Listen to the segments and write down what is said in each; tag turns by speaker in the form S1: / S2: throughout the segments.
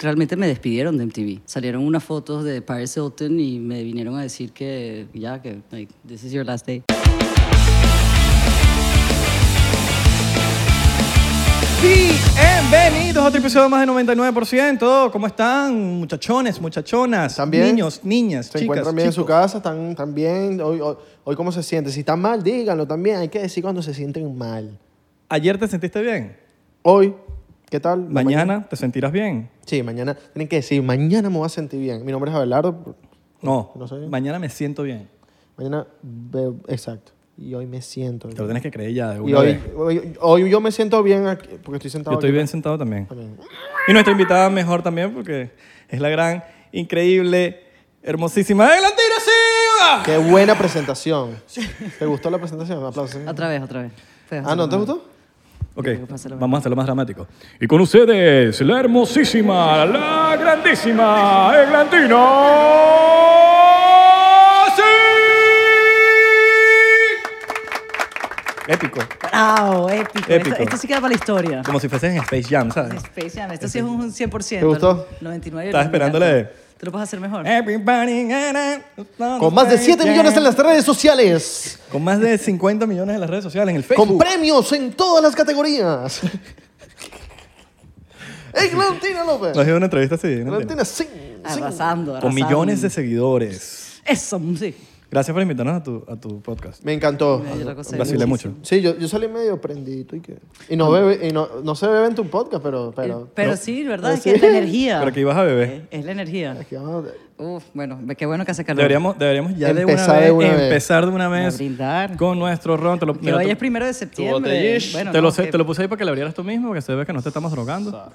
S1: Realmente me despidieron de MTV. Salieron unas fotos de Paris Hilton y me vinieron a decir que ya, que like, this is your last day.
S2: Bienvenidos a otro episodio más de 99%. ¿Cómo están, muchachones, muchachonas,
S3: ¿Están bien?
S2: niños, niñas,
S3: Se
S2: chicas,
S3: encuentran bien en su
S2: chicos?
S3: casa, están, están bien. Hoy, hoy, hoy cómo se sienten. Si están mal, díganlo también. Hay que decir cuando se sienten mal.
S2: Ayer te sentiste bien,
S3: Hoy, ¿qué tal? La
S2: mañana te sentirás bien.
S3: Sí, mañana. Tienen que decir, mañana me voy a sentir bien. Mi nombre es Abelardo.
S2: No,
S3: No sé.
S2: mañana me siento bien.
S3: Mañana, ve- exacto. Y hoy me siento
S2: Te lo
S3: bien.
S2: tienes que creer ya de
S3: Y
S2: una
S3: hoy,
S2: vez.
S3: hoy, hoy yo me siento bien aquí, porque estoy
S2: Yo
S3: sentado
S2: estoy
S3: aquí
S2: bien sentado también.
S3: también.
S2: Y nuestra invitada mejor también porque es la gran, increíble, hermosísima Eglantira Silva.
S3: Qué buena presentación. ¿Te gustó la presentación? Un aplauso.
S1: Otra vez, otra vez. Fue
S3: Ah, ¿no te gustó?
S2: Ok,
S1: Creo que pasa lo
S2: vamos a hacerlo más dramático.
S4: Y con ustedes, la hermosísima, la grandísima Eglantina Silva.
S2: Épico.
S1: ¡Bravo! Épico.
S2: Épico.
S5: Esto, esto sí queda para la historia.
S2: Como si fueses en Space Jam, ¿sabes?
S5: Space Jam, esto sí es un 100%.
S3: ¿Te gustó?
S5: 99.
S2: Estaba esperándole. Eh.
S5: Tú lo puedes hacer mejor.
S2: Everybody gonna-
S3: Con más de 7 millones en las redes sociales.
S2: Con más de 50 millones en las redes sociales, en el
S3: Con
S2: Facebook.
S3: premios en todas las categorías. Eglantina
S2: Nos
S3: López.
S2: dio una entrevista así. ¿no?
S3: Eglantina, sí.
S1: Ah,
S3: sí.
S1: Arrasando,
S2: Con
S1: arrasando.
S2: millones de seguidores.
S1: Eso, sí.
S2: Gracias por invitarnos a tu, a tu podcast.
S3: Me encantó.
S1: Yo la gocé
S2: Vacilé
S1: muchísimo.
S2: mucho.
S3: Sí, yo, yo salí medio prendidito y que... Y no, bebe, y no, no se bebe en tu podcast, pero...
S1: Eh, Pero,
S3: pero,
S1: sí, ¿verdad?
S3: pero
S1: Es que es
S3: sí.
S1: la energía.
S2: Pero que ibas a beber.
S1: Es es la energía.
S3: Aquí vamos-
S1: Uf, bueno, qué bueno que hace calor.
S2: Deberíamos, deberíamos ya de una,
S3: Empezar
S2: vez,
S3: de una vez.
S2: empezar de una vez
S1: A brindar.
S2: con nuestro ron. Te lo,
S1: Que
S2: mira,
S1: hoy
S2: te-
S1: es primero de
S2: tu
S1: septiembre.
S2: botellish.
S1: Bueno,
S2: te, lo,
S1: no,
S2: sé-
S1: que-
S2: te lo puse ahí para que lo abrieras tú mismo, que se ve que no te estamos drogando.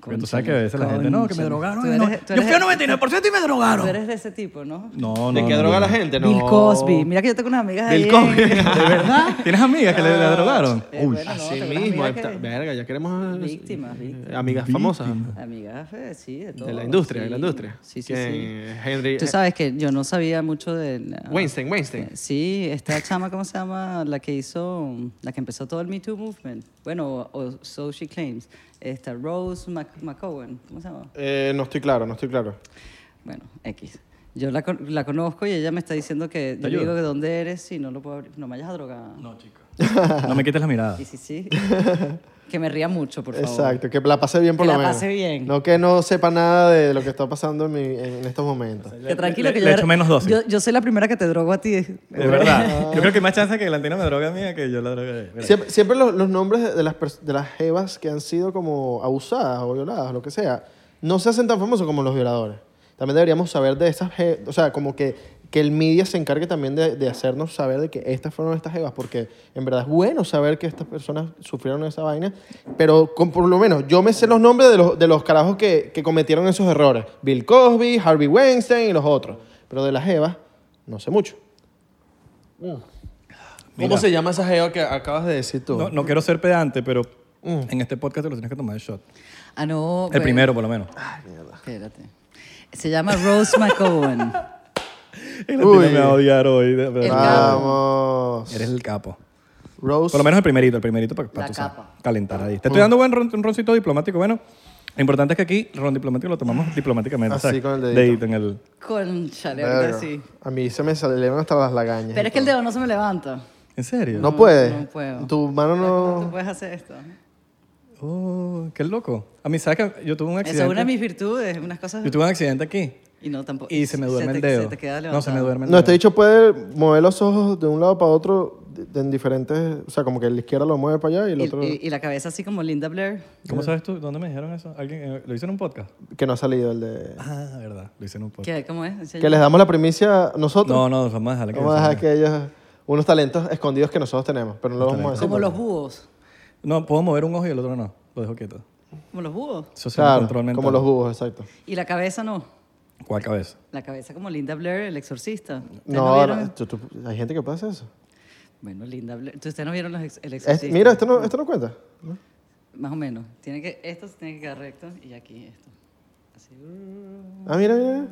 S2: Porque tú sabes que a veces la gente, no, que me
S1: Cónchale.
S2: drogaron.
S1: Tú
S2: y no-
S1: eres- tú
S2: yo fui a
S1: eres-
S2: 99% y me drogaron.
S1: Tú eres de ese tipo, ¿no?
S2: No, no.
S6: ¿De qué
S2: no,
S6: droga
S2: no.
S6: la gente? No.
S1: Bill Cosby. Mira que yo tengo unas amigas ahí.
S6: Bill Cosby.
S1: en- ¿De verdad?
S2: ¿Tienes amigas que le, le drogaron?
S1: Eh, bueno, no,
S6: Así
S1: tengo unas
S6: mismo.
S1: amigas
S6: ahí está.
S1: que-
S6: Verga, ya queremos.
S1: Víctimas, víctimas.
S6: eh, Amigas famosas.
S1: Amigas, eh, sí, de todo.
S6: De la industria,
S1: sí.
S6: de la industria.
S1: Sí, sí, sí.
S6: Que Henry. eh,
S1: Tú sabes que yo no sabía mucho de... la- eh,
S6: Weinstein, Weinstein.
S1: Sí, esta chama, ¿cómo se llama? La que hizo, la que empezó todo el Me Too Movement. Bueno, o, o so she claims. Esta Rose Mc- McCowan, ¿cómo se llama?
S3: Eh, no estoy claro, no estoy claro.
S1: Bueno, X. Yo la, con- la conozco y ella me está diciendo que yo le
S2: ayudo?
S1: digo que dónde eres y no lo puedo abrir. No me vayas a drogar.
S2: No, chico. No me quites la mirada.
S1: Sí, sí, sí. que me ría mucho, por favor.
S3: Exacto, que la pase bien por
S1: Que la
S3: lo menos.
S1: pase bien.
S3: No que no sepa nada de lo que está pasando en, mi- en estos momentos.
S1: Que tranquilo
S2: le-
S1: que
S2: le
S1: yo,
S2: echo menos dosis.
S1: yo. yo soy la primera que te drogo a ti.
S2: De verdad. Yo creo que hay más chance que Eglantino me droga a mí a que yo la droga a ella. Mira.
S3: Siempre, siempre los, los nombres de- de las, pers- de las jevas que han sido como abusadas o violadas, lo que sea, no se hacen tan famosos como los violadores. También deberíamos saber de esas je- o sea, como que, que el media se encargue también de, de hacernos saber de que estas fueron estas jevas, porque en verdad es bueno saber que estas personas sufrieron esa vaina, pero con, por lo menos yo me sé los nombres de los, de los carajos que, que cometieron esos errores. Bill Cosby, Harvey Weinstein y los otros. Pero de las jevas, no sé mucho.
S2: Mira.
S3: se llama esa jeva que acabas de decir tú?
S2: No, no quiero ser pedante, pero
S6: Mm.
S2: en este podcast te lo tienes que tomar de shot.
S1: Ah, no.
S2: El
S1: bueno,
S2: primero, por lo menos.
S1: Espérate. Se llama Rose McCowan.
S2: Eglantino me va a odiar hoy. de verdad.
S1: El
S3: Vamos.
S2: Eres el capo.
S3: Rose.
S2: Por lo menos el primerito, el primerito para,
S1: La
S2: para tú sabes,
S1: capa.
S2: calentar ahí. Te estoy dando buen ron- un roncito diplomático. Bueno, lo importante es que aquí el ron diplomático lo tomamos diplomáticamente.
S3: Así,
S2: ¿sabes?
S3: con el dedito.
S2: en el...
S1: Con chale,
S3: Verga.
S1: ahorita sí.
S3: A mí se me salieron hasta las lagañas.
S1: Pero es que el dedo no se me levanta.
S2: ¿En serio?
S3: No puede.
S1: no puedo.
S3: Tu mano
S1: Tú
S3: no.
S1: puedes hacer esto.
S2: Oh, qué loco. A mí, ¿sabes que yo tuve
S1: Esa
S2: un
S1: es
S2: accidente?
S1: una de mis virtudes, unas cosas.
S2: Yo tuve un accidente aquí
S1: Y no tampoco.
S2: y se me duerme
S1: te-
S2: el dedo.
S1: Se te queda
S2: no, se me
S1: levantado.
S2: duerme el
S3: No,
S2: dedo.
S3: este dicho puede mover los ojos de un lado para otro de- de- en diferentes. O sea, como que la izquierda lo mueve para allá y el otro.
S1: Y, y- y la cabeza así como Linda Blair.
S2: ¿Cómo sabes tú? ¿Dónde me dijeron eso? ¿Alguien, eh, ¿Lo hice en un podcast?
S3: Que no ha salido el de.
S2: Ah, verdad. Lo hice en un podcast.
S1: ¿Qué? ¿Cómo es?
S3: Que les damos la primicia nosotros.
S2: No, no, vamos a dejarle que
S3: Vamos a
S2: lo salga.
S3: dejar que ellos. Unos talentos escondidos que nosotros tenemos, pero no los vamos a decir.
S1: Como los búhos.
S2: No, puedo mover un ojo y el otro no. Lo dejo quieto.
S1: Como los búhos.
S2: Eso se llama
S3: Claro,
S2: control mental.
S3: como los búhos, exacto.
S1: Y la cabeza no.
S2: ¿Cuál cabeza?
S1: La cabeza como Linda Blair, el exorcista. ¿Ustedes
S3: No,
S1: vieron?
S3: no, tú- tú- hay gente que puede hacer eso.
S1: Bueno, Linda Blair. ¿Tú- ¿Ustedes no vieron los ex- el
S3: Es-
S1: exorcista?
S3: mira, esto no, esto no cuenta.
S1: Más o menos. Tiene que, esto se tiene que quedar recto y aquí esto.
S3: Ah, mira, mira.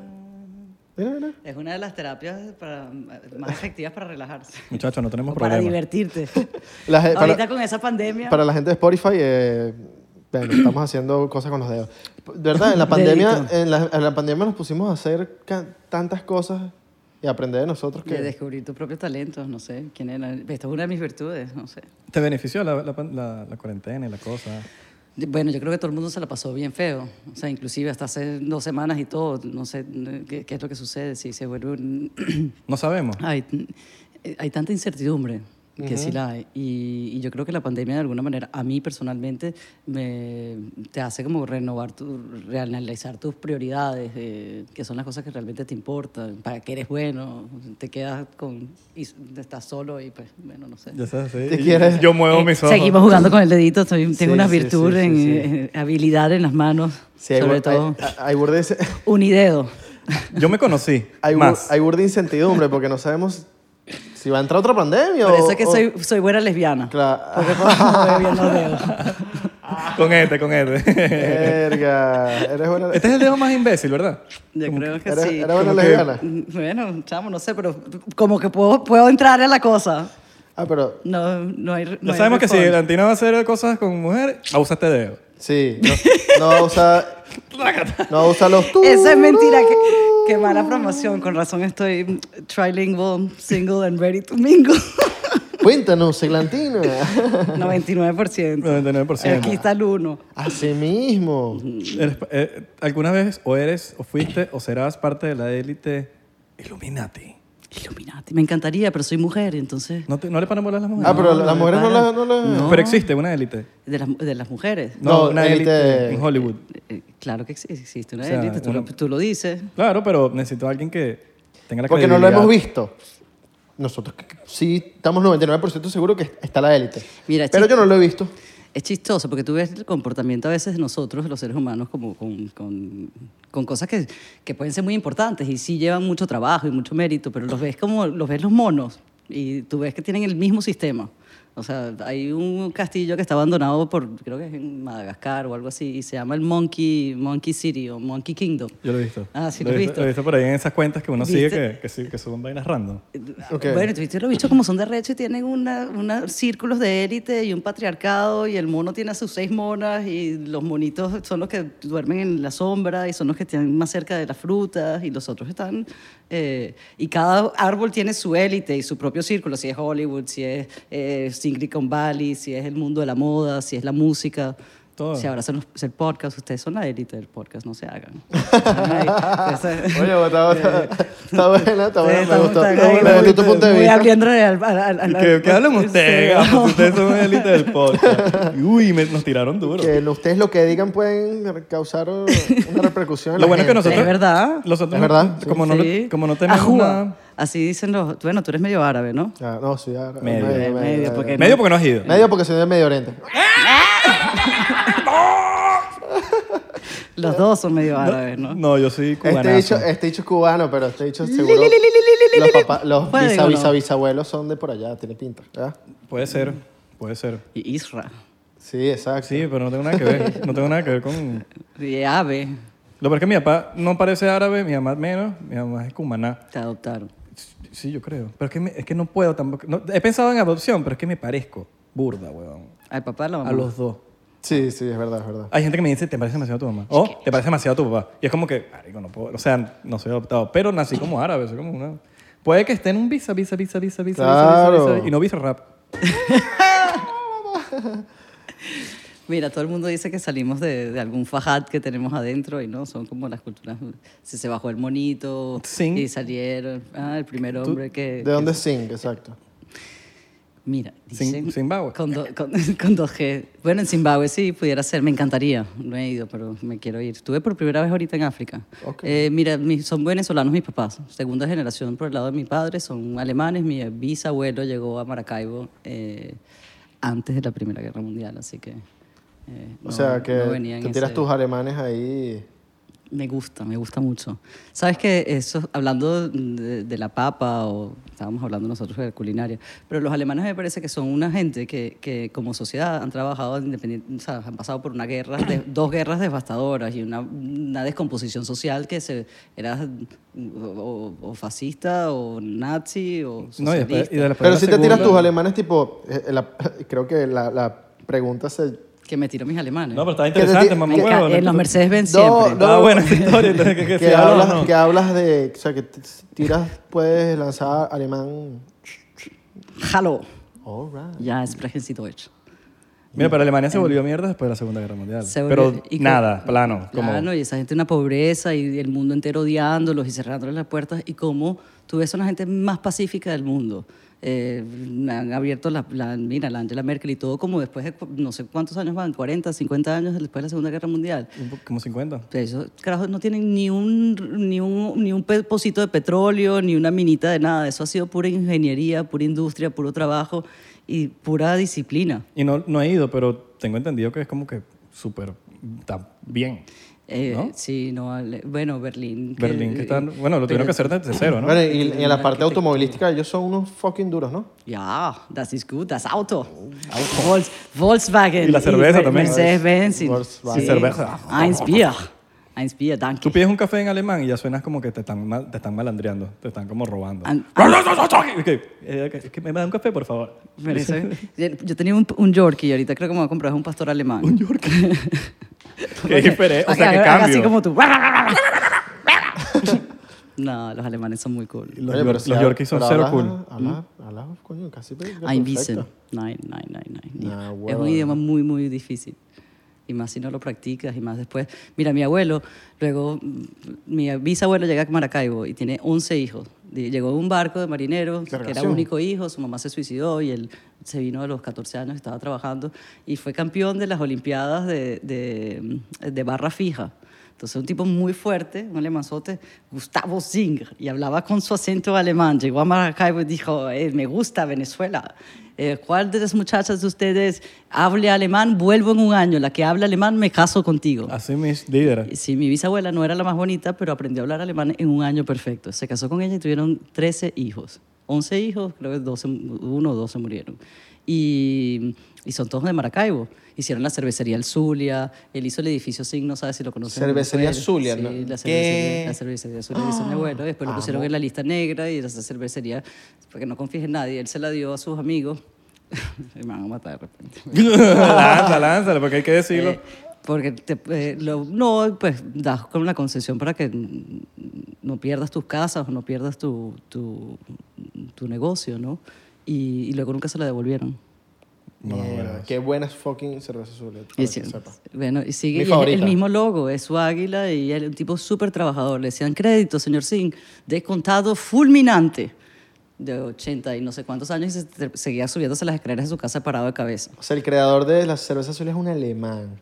S3: Mira, mira.
S1: Es una de las terapias para- más efectivas para relajarse.
S2: Muchachos, no tenemos
S1: O para
S2: problema.
S1: divertirte.
S3: La ge-
S1: Ahorita
S3: para,
S1: con esa pandemia.
S3: para la gente de Spotify, eh, Bueno, estamos haciendo cosas con los dedos. De verdad, en la pandemia, en la, en la pandemia nos pusimos a hacer ca- tantas cosas y aprender de nosotros
S1: De
S3: que...
S1: descubrir tus propios talentos, no sé, quién era. Esta es una de mis virtudes, no sé.
S2: ¿Te benefició la, la pan- la- la cuarentena y la cosa?
S1: Bueno, yo creo que todo el mundo se la pasó bien feo. O sea, inclusive hasta hace dos semanas y todo. No sé qué, qué es lo que sucede. Si se vuelve un...
S2: No sabemos.
S1: hay, eh, hay tanta incertidumbre que sí la hay. Y, y yo creo que la pandemia de alguna manera, a mí personalmente, me, te hace como renovar, tu, reanalizar tus prioridades, eh, que son las cosas que realmente te importan, para qué eres bueno, te quedas con... y estás solo y pues, bueno, no sé.
S2: Ya sabes, sí.
S3: ¿Te
S2: Y
S3: quieres?
S2: Yo muevo mis ojos.
S1: eh, Seguimos jugando con el dedito, soy- tengo
S3: Sí,
S1: una
S3: sí,
S1: virtud
S3: sí, sí,
S1: en
S3: sí.
S1: eh, habilidad en las manos,
S3: Sí, hay
S1: sobre
S3: bur- hay-
S1: todo
S3: hay- hay burda de-
S1: unidedo.
S2: Yo me conocí.
S3: hay bur-
S2: más.
S3: hay burda de incertidumbre porque no sabemos si va a entrar otra pandemia
S1: Por
S3: o...
S1: eso es que
S3: o-
S1: soy, soy buena lesbiana.
S3: Claro.
S1: Porque puedo bien los dedos.
S2: Con este, con este.
S3: Verga. Eres buena...
S2: Este es el dedo más imbécil, ¿verdad?
S1: Yo creo que
S3: eres-
S1: sí.
S3: eres buena
S1: Como
S3: lesbiana.
S1: que- bueno, chamo, no sé, pero como que puedo, puedo entrar en la cosa.
S3: Ah, pero...
S1: No, no hay.
S2: Ya sabemos que si Valentina va a hacer cosas con mujer, usa este dedo.
S3: Sí. No, no usa... No usa los tú.
S1: Eso es mentira. que- Qué mala promoción. Con razón estoy mm, trilingual, single and ready to mingle.
S3: Cuéntanos, Seglantina.
S1: 99%.
S2: 99%.
S1: Aquí está el 1.
S3: Así mismo.
S2: Eres pa- eh, ¿Alguna vez o eres, o fuiste, o serás parte de la élite Illuminati?
S1: Illuminati. Me encantaría, pero soy mujer, entonces.
S2: ¿No, te- no le paran bolas a las mujeres?
S3: Ah, pero las
S1: no me
S3: mujeres no la...
S1: paran.
S3: No la...
S1: No.
S2: Pero existe una élite.
S1: De las, de las mujeres.
S2: No,
S3: No,
S2: una
S3: élite-
S2: élite en Hollywood.
S1: Eh, Claro que ex- existe una
S2: O sea,
S1: élite, tú, lo-
S2: una-
S1: tú lo dices.
S2: Claro, pero necesito a alguien que tenga la
S3: Porque no lo
S2: credibilidad.
S3: hemos visto. Nosotros que- sí estamos 99% seguro que está la élite.
S1: Mira,
S3: Pero
S1: chico.
S3: yo no lo he visto.
S1: Es chistoso porque tú ves el comportamiento a veces de nosotros, los seres humanos, como con, con- con cosas que, que pueden ser muy importantes y sí llevan mucho trabajo y mucho mérito, pero los ves como los ves los monos y tú ves que tienen el mismo sistema. O sea, hay un castillo que está abandonado por, creo que es en Madagascar o algo así, y se llama el Monkey, Monkey City o Monkey Kingdom.
S2: Yo lo he visto.
S1: Ah, sí,
S2: Lo he
S1: lo he
S2: Lo he
S1: visto.
S2: visto por ahí en esas cuentas que uno sigue
S1: ¿Viste?
S2: que, que, sí- que son vainas random.
S3: Ok.
S1: eh, Bueno, tú viste los bichos como son de recho y tienen una, una- círculos de élite y un patriarcado y el mono tiene a sus seis monas y los monitos son los que duermen en la sombra y son los que están más cerca de las frutas y los otros están... eh, y cada árbol tiene su élite y su propio círculo, si es Hollywood, si es eh, Silicon Valley, si es el mundo de la moda, si es la música.
S2: Todo.
S1: Si ahora son los- es el podcast, ustedes son la élite del podcast, no se hagan. Están ahí. Entonces-
S3: Oye, está, está, está buena, está buena. Me
S1: Estamos
S3: gustó,
S1: tan ahí,
S3: me gustó tu
S1: muy-
S3: punto de
S1: muy
S3: vista.
S1: abriéndole al- al- al- al-
S2: ¿Qué, qué hablan
S1: sí,
S2: ustedes?
S1: vamos.
S2: gato? ustedes son una élite del podcast. Uy, me- nos tiraron duro.
S3: Que lo- ustedes lo que digan pueden causar una repercusión. en
S2: Lo
S3: la
S2: bueno es que
S3: gente.
S2: nosotros...
S1: Es verdad.
S2: Nosotros,
S3: Es verdad, sí.
S2: Como, no,
S1: Sí. Ah,
S2: como no tenemos
S1: Ajúa.
S2: nada...
S1: Así dicen los... Bueno, tú eres medio árabe, ¿no?
S3: Ah, no, sí, ahora.
S2: Medio,
S1: medio, porque-
S2: Medio porque no has ido.
S3: Medio porque soy de Medio Oriente.
S1: Los dos son medio árabes, ¿no?
S2: No, yo soy
S3: Este
S2: cubanazo.
S3: dicho, este dicho es cubano, pero este dicho seguro. Los, papás, los
S1: Puede
S3: bisa,
S1: o no.
S3: bisa- bisabuelos son de por allá, tiene pinta. ¿verdad?
S2: Puede ser, puede ser.
S1: Y Isra.
S3: Sí, exacto.
S2: Sí, pero no tengo nada que ver. No tengo nada que ver con...
S1: Y Ave.
S2: Lo peor es que mi papá no parece árabe, mi mamá menos, mi mamá es cumaná.
S1: Te adoptaron.
S2: Sí, yo creo. Pero es que, me- es que no puedo tampoco... no- he pensado en adopción, pero es que me parezco burda, weón.
S1: Al papá, a la mamá.
S2: A los dos.
S3: sí, sí, es verdad, es verdad.
S2: Hay gente que me dice, te parece demasiado a tu mamá. O te parece demasiado a tu papá. Y es como que, marico, no puedo. O sea, no soy adoptado, pero nací como árabe. Soy como una... Puede que esté en un visa, visa, visa, visa, visa, visa, visa,
S3: Claro.
S2: visa, y no visa rap.
S1: Mira, todo el mundo dice que salimos de, de algún fajad que tenemos adentro y no, son como las culturas. Si se bajó el monito
S2: Zinc.
S1: y salieron. Ah, el primer hombre que...
S3: ¿De dónde es Sing? Exacto.
S1: Mira,
S2: Zim-
S1: dicen...
S2: Zimbabue.
S1: Con, do- con, con 2G. Bueno, en Zimbabue sí pudiera ser, me encantaría. No he ido, pero me quiero ir. Estuve por primera vez ahorita en África.
S3: Ok.
S1: Eh, mira, mis- son venezolanos mis papás. Segunda generación por el lado de mi padre, son alemanes. Mi bisabuelo llegó a Maracaibo eh, antes de la Primera Guerra Mundial, así que. eh,
S3: O
S1: no-
S3: sea, que
S1: no venía en
S3: te tiras
S1: ese-
S3: tus alemanes ahí.
S1: me gusta, me gusta mucho. ¿Sabes que Eso, hablando de, de la papa, o estábamos hablando nosotros de culinaria, pero los alemanes me parece que son una gente que, que como sociedad han trabajado, independiente, o sea, han pasado por una guerra, de- dos guerras devastadoras y una, una descomposición social que se, era o, o- o fascista o nazi o
S2: No, y después-
S1: socialista.
S2: y después de la
S3: Pero si te tiras
S2: segunda-
S3: tus alemanes, tipo. eh, la- creo que la, la pregunta se
S1: Que me tiro mis alemanes.
S2: No, pero estaba
S3: te-
S2: interesante,
S3: que-
S2: mamá
S1: Me ca-
S2: huevo. Ah,
S1: en los Mercedes-Benz
S3: No,
S1: siempre.
S3: no.
S2: Estaba buena esta historia. Entonces, que, que
S3: Que,
S2: si hablas,
S3: hablas,
S2: no.
S3: que hablas de. O sea, que t- tiras, puedes lanzar alemán.
S1: Hallo.
S3: All right.
S1: Ya, es sprechen Sie Deutsch.
S2: Mira, pero Alemania se volvió mierda después de la Segunda Guerra Mundial.
S1: Se
S2: pero
S1: volvió- y que-
S2: nada, plano. Como,
S1: Claro, y esa gente en una pobreza y el mundo entero odiándolos y cerrándoles las puertas. Y cómo tú ves a la gente más pacífica del mundo. Eh, han abierto la, la- mira, la Angela Merkel y todo como después de cu- no sé cuántos años van, 40, 50 años después de la Segunda Guerra Mundial.
S2: un po- como 50.
S1: Pero Esos carajos no tienen ni un, ni un, ni un pe- pocito de petróleo, ni una minita de nada. Eso ha sido pura ingeniería, pura industria, puro trabajo y pura disciplina.
S2: Y no, no he ido, pero tengo entendido que es como que súper. Está bien.
S1: Eh,
S2: ¿No?
S1: Sí, no, ale- bueno, Berlín. que-
S2: Berlín, que
S1: eh,
S2: está. Bueno, lo tuvieron que hacer desde cero, ¿no?
S3: Bueno, y, y en la parte automovilística, ellos son unos fucking duros, ¿no?
S1: Ya, das ist gut, das Auto. Volks- Volkswagen.
S2: Oh, Y la cerveza
S1: Mer-
S2: también.
S1: Mercedes-Benz.
S3: Volkswagen.
S2: Y cerveza.
S1: Eins Bier. Eins Bier,
S2: Tú
S1: danke.
S2: pides un café en alemán y ya suenas como que te están, mal- te están malandreando, te están como robando.
S1: An-
S2: Y que, eh, que- que ¿Me da un café, por favor?
S1: Pero eso- yo tenía un, un Yorkie y ahorita creo que me voy a comprar un pastor alemán. Un Yorkie.
S2: Qué diferente. O sea, qué
S1: Haga- haga Así
S2: cambio.
S1: como tú. no, los alemanes son muy cool.
S2: Los,
S3: Oye,
S2: yor-
S3: pero si
S2: los
S3: hab-
S2: Yorkies son
S3: pero
S2: cero
S3: hablas-
S2: cool. ¿Mm?
S3: Hablas, hablas, coño, casi perfecto.
S1: Ein Wiesen. Nein, nein, nein, nein. nie.
S3: Ah,
S1: es
S3: huevo.
S1: un idioma muy, muy difícil. Y más si no lo practicas y más después. Mira, mi abuelo, luego mm, mi bisabuelo llega a Maracaibo y tiene 11 hijos. Di- Llegó en un barco de marineros, que era
S3: relación.
S1: único hijo, su mamá se suicidó y él se vino a los 14 años, estaba trabajando y fue campeón de las Olimpiadas de, de, de barra fija. Entonces, un tipo muy fuerte, un alemanzote, Gustavo Zinger, y hablaba con su acento alemán. Llegó a Maracaibo y dijo, "Eh, me gusta Venezuela. Eh, ¿Cuál de las muchachas de ustedes hable alemán? Vuelvo en un año. La que habla alemán, me caso contigo.
S2: Así mis líderes.
S1: Sí, mi bisabuela no era la más bonita, pero aprendió a hablar alemán en un año perfecto. Se casó con ella y tuvieron 13 hijos. 11 hijos, creo que 12, uno o dos se murieron. Y, y son todos de Maracaibo. Hicieron la cervecería El Zulia, él hizo el edificio Signo, ¿sabes si lo conocen?
S3: Cervecería
S1: El
S3: Zulia,
S1: sí,
S3: ¿no?
S1: la
S3: ¿Qué? Ah,
S1: cervecería, la cervecería Zulia hizo mi abuelo. Después lo pusieron en la lista negra y esa cervecería, para que no confíes en nadie, él se la dio a sus amigos. Me van a matar de repente.
S2: lánzala, lánzala, porque hay que decirlo.
S1: Eh, porque te- eh, lo- no, pues das con la concesión para que mm, no pierdas tus casas o no pierdas tu, tu, tu negocio, ¿no? Y, y luego nunca se la devolvieron.
S2: No,
S3: Mierda, Eh, qué buenas fucking cervezas azules. para
S1: Y
S3: que
S1: sí,
S3: sepa.
S1: bueno, y sigue
S3: Mi
S1: y es
S3: favorita.
S1: el mismo logo, es su águila y era un tipo súper trabajador. Le decían crédito, señor Singh, descontado fulminante de 80 y no sé cuántos años y se- te- seguía subiéndose las escaleras de su casa parado de cabeza.
S3: O sea, el creador de las cervezas azules es un alemán.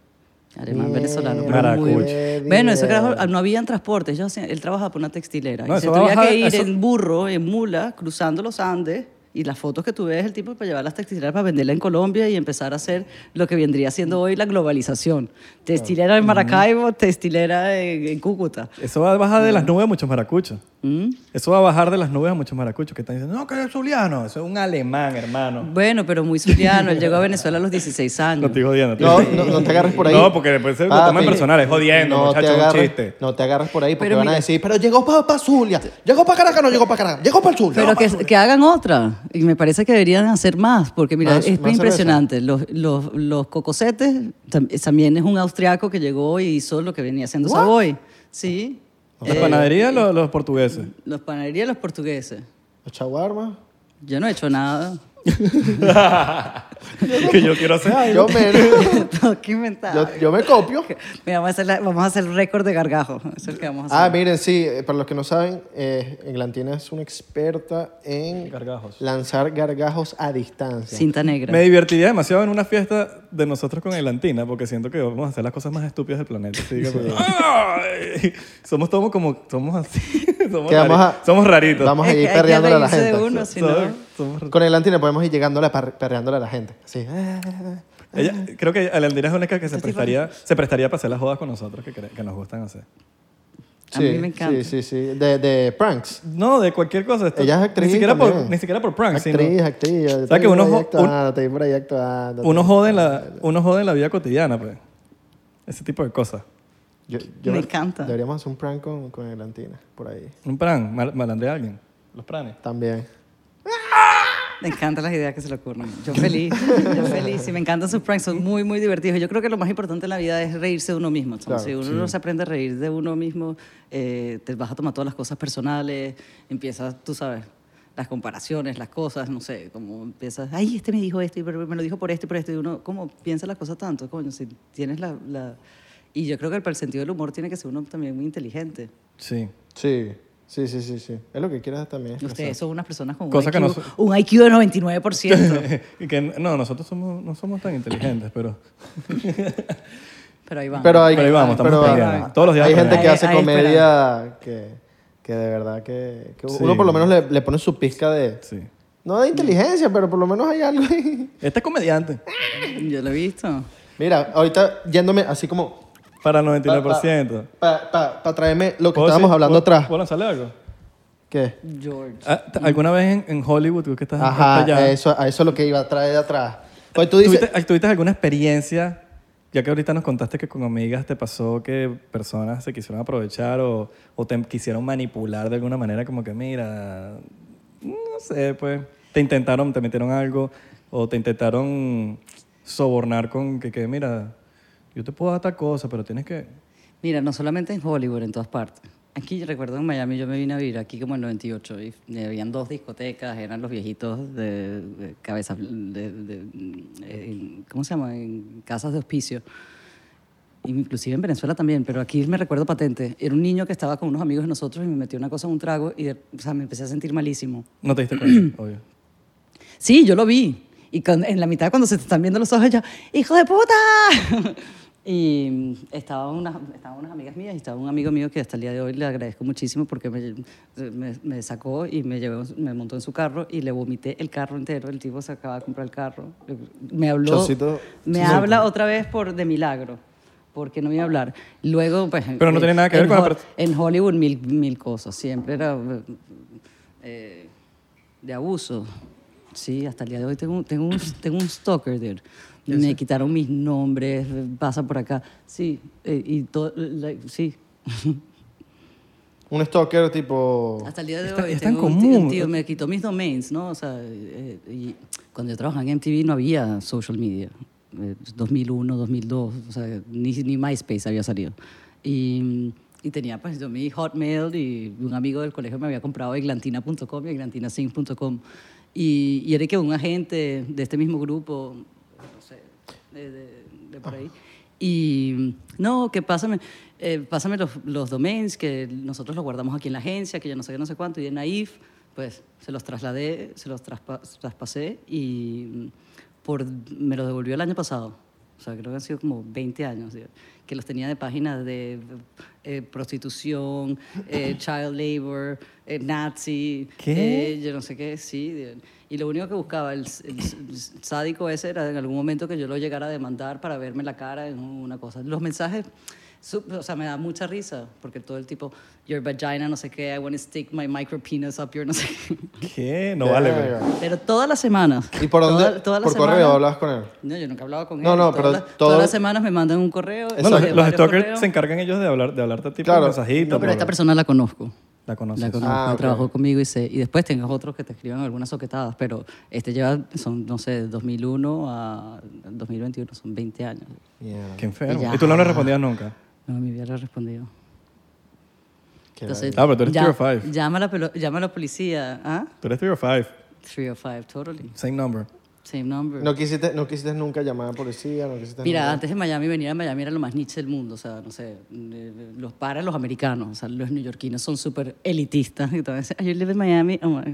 S1: Alemán
S3: Mierda.
S1: venezolano. pero muy
S2: Maracucho.
S1: bien. Bueno, eso carajo, no habían transporte. Ellos hacían- él trabajaba por una textilera.
S2: No,
S1: y
S2: eso
S1: se
S2: va a
S1: tenía
S2: bajar-
S1: que ir
S2: eso-
S1: en burro, en mula, cruzando los Andes. Y las fotos que tú ves, el tipo para llevar las textileras para venderla en Colombia y empezar a hacer lo que vendría siendo hoy la globalización. Textilera en Maracaibo, textilera en, en Cúcuta.
S2: Eso va a bajar de
S1: Mm.
S2: las nubes a muchos maracuchos. Eso va a bajar de las nubes a muchos maracuchos que están diciendo, no, que es zuliano, eso es un alemán, hermano.
S1: Bueno, pero muy zuliano. Él llegó a Venezuela a los 16
S2: No
S1: años.
S2: estoy jodiendo.
S3: No,
S2: estoy-
S3: no, no te agarres por ahí.
S2: No, porque después se lo
S3: Papi,
S2: toman personal, es jodiendo, muchacho, es un
S3: agarres-
S2: chiste.
S3: No te agarres por ahí porque
S1: Pero
S3: van a
S1: mira-
S3: decir, pero llegó para Zulia, llegó para Caracas, no llegó para Caracas, llegó para el Zulia.
S1: Pero
S3: llegó pa'
S1: que, que hagan otra. Y me parece que deberían hacer más, porque mira,
S3: Más-
S1: es
S3: más
S1: impresionante. Los, los, los cocosetes tam- también es un austriaco que llegó y hizo lo que venía haciendo Savoy. Sí.
S2: Las panaderías, los, los portugueses.
S1: Los panaderías, los portugueses.
S3: Zulia. Chaguarma.
S1: Yo no he hecho nada.
S2: que yo quiero hacer algo.
S3: Yo me,
S1: Tengo que inventar.
S3: yo, yo me copio.
S1: Mira, vamos a hacer, la- vamos a hacer récord de gargajo. Eso es lo que vamos a
S3: Ah,
S1: hacer.
S3: miren, sí, eh, para los que no saben, eh, Englantina es una experta en
S2: Gargajos.
S3: lanzar gargajos a distancia.
S1: Cinta negra.
S2: Me divertiría demasiado en una fiesta de nosotros con Atlantina, porque siento que vamos a hacer las cosas más estúpidas del planeta. así que, pues, ¡ay! somos todos como, somos así, somos,
S3: Que vamos
S2: rari-
S3: a-
S2: somos raritos.
S3: Vamos a
S1: Es que
S3: ir
S1: hay que
S3: perreándole a la
S1: reírse de
S3: gente.
S1: uno, si
S2: Somos-
S1: no-
S2: somos-
S3: Con Englantina podemos ir llegándola par- perreándole a la gente. Sí.
S2: ella- creo que Atlantina es la única que se prestaría, se prestaría para hacer las jodas con nosotros que, cre- que nos gustan hacer.
S1: A mí me encanta.
S3: Sí, sí, sí. De, de pranks.
S2: No, de cualquier cosa. esto-
S3: Ella es actriz.
S2: Ni siquiera, por,
S3: también.
S2: ni siquiera por pranks, sino-
S3: Actriz, actriz.
S2: ¿Sabes
S3: Está
S2: que uno
S3: por ahí
S2: jo-
S3: actuando, está ahí por ahí actuando.
S2: uno jode en la, uno jode en la vida cotidiana, pues. Ese tipo de cosas.
S3: Yo- yo-
S1: Me encanta.
S3: Deberíamos hacer un prank con, con Englantina, por ahí.
S2: Un pran, mal, malandrea a alguien. Los pranes.
S3: También.
S1: Me encantan las ideas que se le ocurren. Yo feliz, yo feliz. Y me encantan sus pranks, son muy, muy divertidos. Yo creo que lo más importante en la vida es reírse de uno mismo. chamo.
S3: Claro,
S1: si uno no se aprende a reír de uno mismo, eh, te vas a tomar todas las cosas personales, empiezas, tú sabes, las comparaciones, las cosas, no sé, como empiezas, ay, este me dijo esto, y pero me lo dijo por esto y por esto, y uno, ¿cómo piensa las cosas tanto? Coño, si tienes la... la- Y yo creo que el, para el sentido del humor tiene que ser uno también muy inteligente.
S2: Sí.
S3: Sí, sí, sí, sí, sí. Es lo que quieras también.
S1: Ustedes son unas personas con un
S2: Cosa
S1: IQ,
S2: que no
S1: un IQ de 99%.
S2: Y que no, nosotros somos, no somos tan inteligentes, pero
S1: Pero ahí van.
S3: Pero hay,
S2: Pero ahí vamos, estamos
S3: pero
S2: peleando. Todos los días
S3: hay gente que
S1: peleando.
S3: hace
S1: Hay- hay
S3: comedia que, que de verdad que, que
S2: Sí.
S3: uno por lo menos le, le pone su pizca de...
S2: sí.
S3: No de inteligencia, pero por lo menos hay algo ahí.
S2: Este es comediante.
S1: Yo lo he visto.
S3: Mira, ahorita yéndome así como...
S2: Para el
S3: Para
S2: 99%.
S3: traerme lo Ah, que
S2: ¿Puedo
S3: estábamos
S2: decir-
S3: hablando
S2: puedo-
S3: atrás.
S2: ¿Puedo lanzarle algo?
S3: ¿Qué?
S1: George.
S2: Ah, t- ¿Alguna vez en, en Hollywood, tú que estás
S3: Ajá,
S2: allá,
S3: a eso, a eso es lo que iba a traer de atrás. Pues tú dices...
S2: pues ¿tuviste, ah, tuviste alguna experiencia, ya que ahorita nos contaste que con amigas te pasó que personas se quisieron aprovechar o, o te quisieron manipular de alguna manera, como que mira, no sé, pues te intentaron, te metieron algo o te intentaron sobornar con que, que mira, yo te puedo dar tal cosa, pero tienes que...
S1: Mira, no solamente en Hollywood, en todas partes. Aquí, yo recuerdo en Miami, yo me vine a vivir aquí como en 98 y eh, habían dos discotecas, eran los viejitos de, de cabeza, de- de- en- ¿cómo se llama? En casas de hospicio. Inclusive en Venezuela también, pero aquí me recuerdo patente. Era un niño que estaba con unos amigos de nosotros y me metió una cosa en un trago y de- o sea, me empecé a sentir malísimo.
S2: No te diste cuenta, obvio.
S1: Sí, yo lo vi. Y cuando- en la mitad cuando se te están viendo los ojos, yo, ¡hijo de puta! y estaban unas, estaban unas amigas mías y estaba un amigo mío que hasta el día de hoy le agradezco muchísimo porque me, me- me sacó y me, llevó, me montó en su carro y le vomité el carro entero. El tipo se acaba de comprar el carro. Me habló...
S3: Chocito.
S1: me
S3: Chocito.
S1: habla otra vez por de milagro porque no me iba a hablar. Luego, pues...
S2: Pero no
S1: eh,
S2: tiene nada que ver
S1: en
S2: con la
S1: Ho-
S2: pers-
S1: En Hollywood mil, mil cosas. Siempre era... eh, de abuso. Sí, hasta el día de hoy tengo, tengo, un, tengo un stalker, dude. Me quitaron mis nombres, pasa por acá. Sí, eh, y todo, like, sí.
S3: Un stalker tipo...
S1: Hasta el día de
S2: Está-
S1: hoy
S2: es tan
S1: tengo un tío, un
S2: común.
S1: tío, me quitó mis domains, ¿no? O sea, eh, y cuando yo trabajaba en MTV no había social media. Eh, 2001, 2002, o sea, ni, ni MySpace había salido. Y, y tenía pues yo mi Hotmail y un amigo del colegio me había comprado eglantina.com y eglantinasing.com. Y, y era que un agente de este mismo grupo, no sé, de, de- de por ahí. Y no, que pásame, eh, pásame los, los domains que nosotros los guardamos aquí en la agencia, que yo no sé qué, no sé cuánto, y en Naif, pues se los trasladé, se los traspa- traspasé y mm, por, me los devolvió el año pasado. O sea, creo que han sido como 20 años, digo, que los tenía de páginas de eh, prostitución, eh, child labor, eh, nazi,
S2: ¿Qué?
S1: eh, yo no sé qué, sí. de- Y lo único que buscaba el, s- el s- el sádico ese era en algún momento que yo lo llegara a demandar para verme la cara en una cosa. Los mensajes, su- o sea, me da mucha risa, porque todo el tipo, your vagina, no sé qué, I want to stick my micro penis up your, no sé qué.
S2: ¿Qué? No vale,
S3: Verga.
S2: pero...
S1: Pero todas las semanas.
S3: ¿Y por dónde?
S1: Toda- todas las
S3: ¿Por correo
S1: semanas-
S3: hablabas con él?
S1: No, yo nunca hablaba con él.
S3: No, no,
S1: todas
S3: pero
S1: las-
S3: todo-
S1: Todas las semanas me mandan un correo.
S2: No, los,
S1: de
S2: los
S1: varios
S2: stalkers
S1: correos.
S2: se encargan ellos de, hablar, de hablarte a ti
S3: Claro.
S2: por mensajito.
S1: No, pero
S2: por-
S1: esta persona la conozco.
S2: La conoces.
S1: La conozco,
S3: Ah, ok.
S1: trabajó conmigo y sé. Y después tengas otros que te escriban algunas soquetadas, pero este lleva, son, no sé, de 2001 a 2021, son 20 años.
S3: Mierda.
S2: Qué enfermo.
S1: Ya.
S2: Y tú no le respondías nunca.
S1: No, mi vida le ha respondido.
S3: Qué
S1: Entonces,
S2: Ah, pero tú eres
S1: ya-
S2: three or five.
S1: Llama a la, pelo- llama a la policía, ¿ah?
S2: Tú eres 3 or 5.
S1: 305, totally.
S2: Same number.
S1: Same number.
S3: No quisiste, no quisiste nunca llamar a la policía, no quisiste
S1: Mira,
S3: nunca-
S1: antes de Miami, venir a Miami era lo más niche del mundo. O sea, no sé, eh, los para los americanos. O sea, los neoyorquinos son súper elitistas. Y todo eso. "Ah, yo vivo en Miami. Oh, my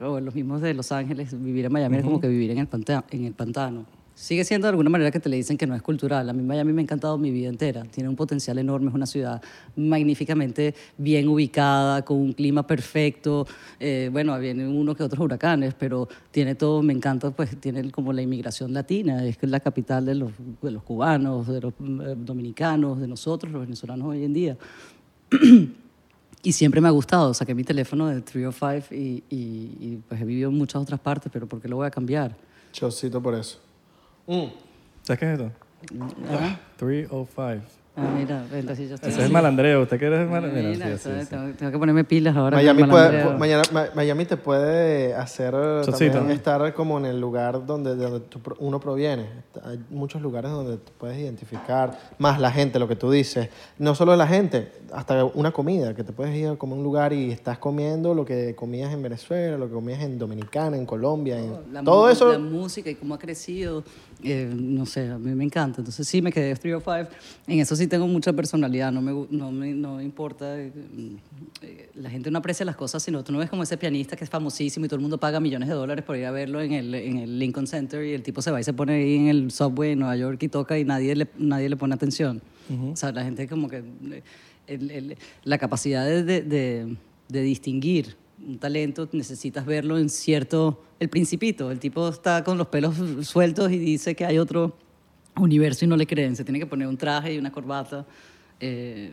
S1: God. O los mismos de Los Ángeles. Vivir en Miami es como que vivir en el, panta- en el pantano. Sigue siendo de alguna manera que te le dicen que no es cultural. A mí Miami me ha encantado mi vida entera. Tiene un potencial enorme. Es una ciudad magníficamente bien ubicada, con un clima perfecto. Eh, bueno, vienen uno que otros huracanes, pero tiene todo, me encanta, pues tiene como la inmigración latina, es que es la capital de los, de los cubanos, de los mm, eh, dominicanos, de nosotros, los venezolanos hoy en día. Y siempre me ha gustado, saqué mi teléfono de 305 y, y, y pues he vivido en muchas otras partes, pero ¿por qué lo voy a cambiar?
S3: Chocito por eso.
S2: ¿Sabes qué es esto?
S1: Ah,
S2: 3 or 5.
S1: Ah, mira, entonces yo estoy...
S2: oh Ese es malandreo. ¿Usted que eres
S1: Mira,
S2: malandreo? Mira, sí,
S1: ¿sabes?
S2: sí, sí.
S1: Tengo, tengo que ponerme pilas ahora. con el
S3: Miami, puede-
S1: malandreo.
S3: mañana- Ma- Miami te puede hacer eh,
S2: Chocito,
S3: también
S2: ¿no?
S3: estar como en el lugar donde, de donde tú pro- uno proviene. Hay muchos lugares donde te puedes identificar, más la gente, lo que tú dices. No solo la gente, hasta una comida, que te puedes ir a comer a un lugar y estás comiendo lo que comías en Venezuela, lo que comías en Dominicana, en Colombia, en-
S1: La
S3: todo
S1: mu-
S3: eso.
S1: La música y cómo ha crecido, eh, no sé, a mí me encanta. Entonces sí, me quedé Three of Five. En eso sí tengo mucha personalidad, no me, gu- no me- no me importa. eh, eh, La gente no aprecia las cosas, sino tú no ves como ese pianista que es famosísimo y todo el mundo paga millones de dólares por ir a verlo en el, en el Lincoln Center y el tipo se va y se pone ahí en el subway en Nueva York y toca y nadie le, nadie le pone atención. O sea, la gente como que... eh, el- el- la capacidad de- de- de, de distinguir un talento, necesitas verlo en cierto... El principito, el tipo está con los pelos sueltos y dice que hay otro universo y no le creen. Se tiene que poner un traje y una corbata eh,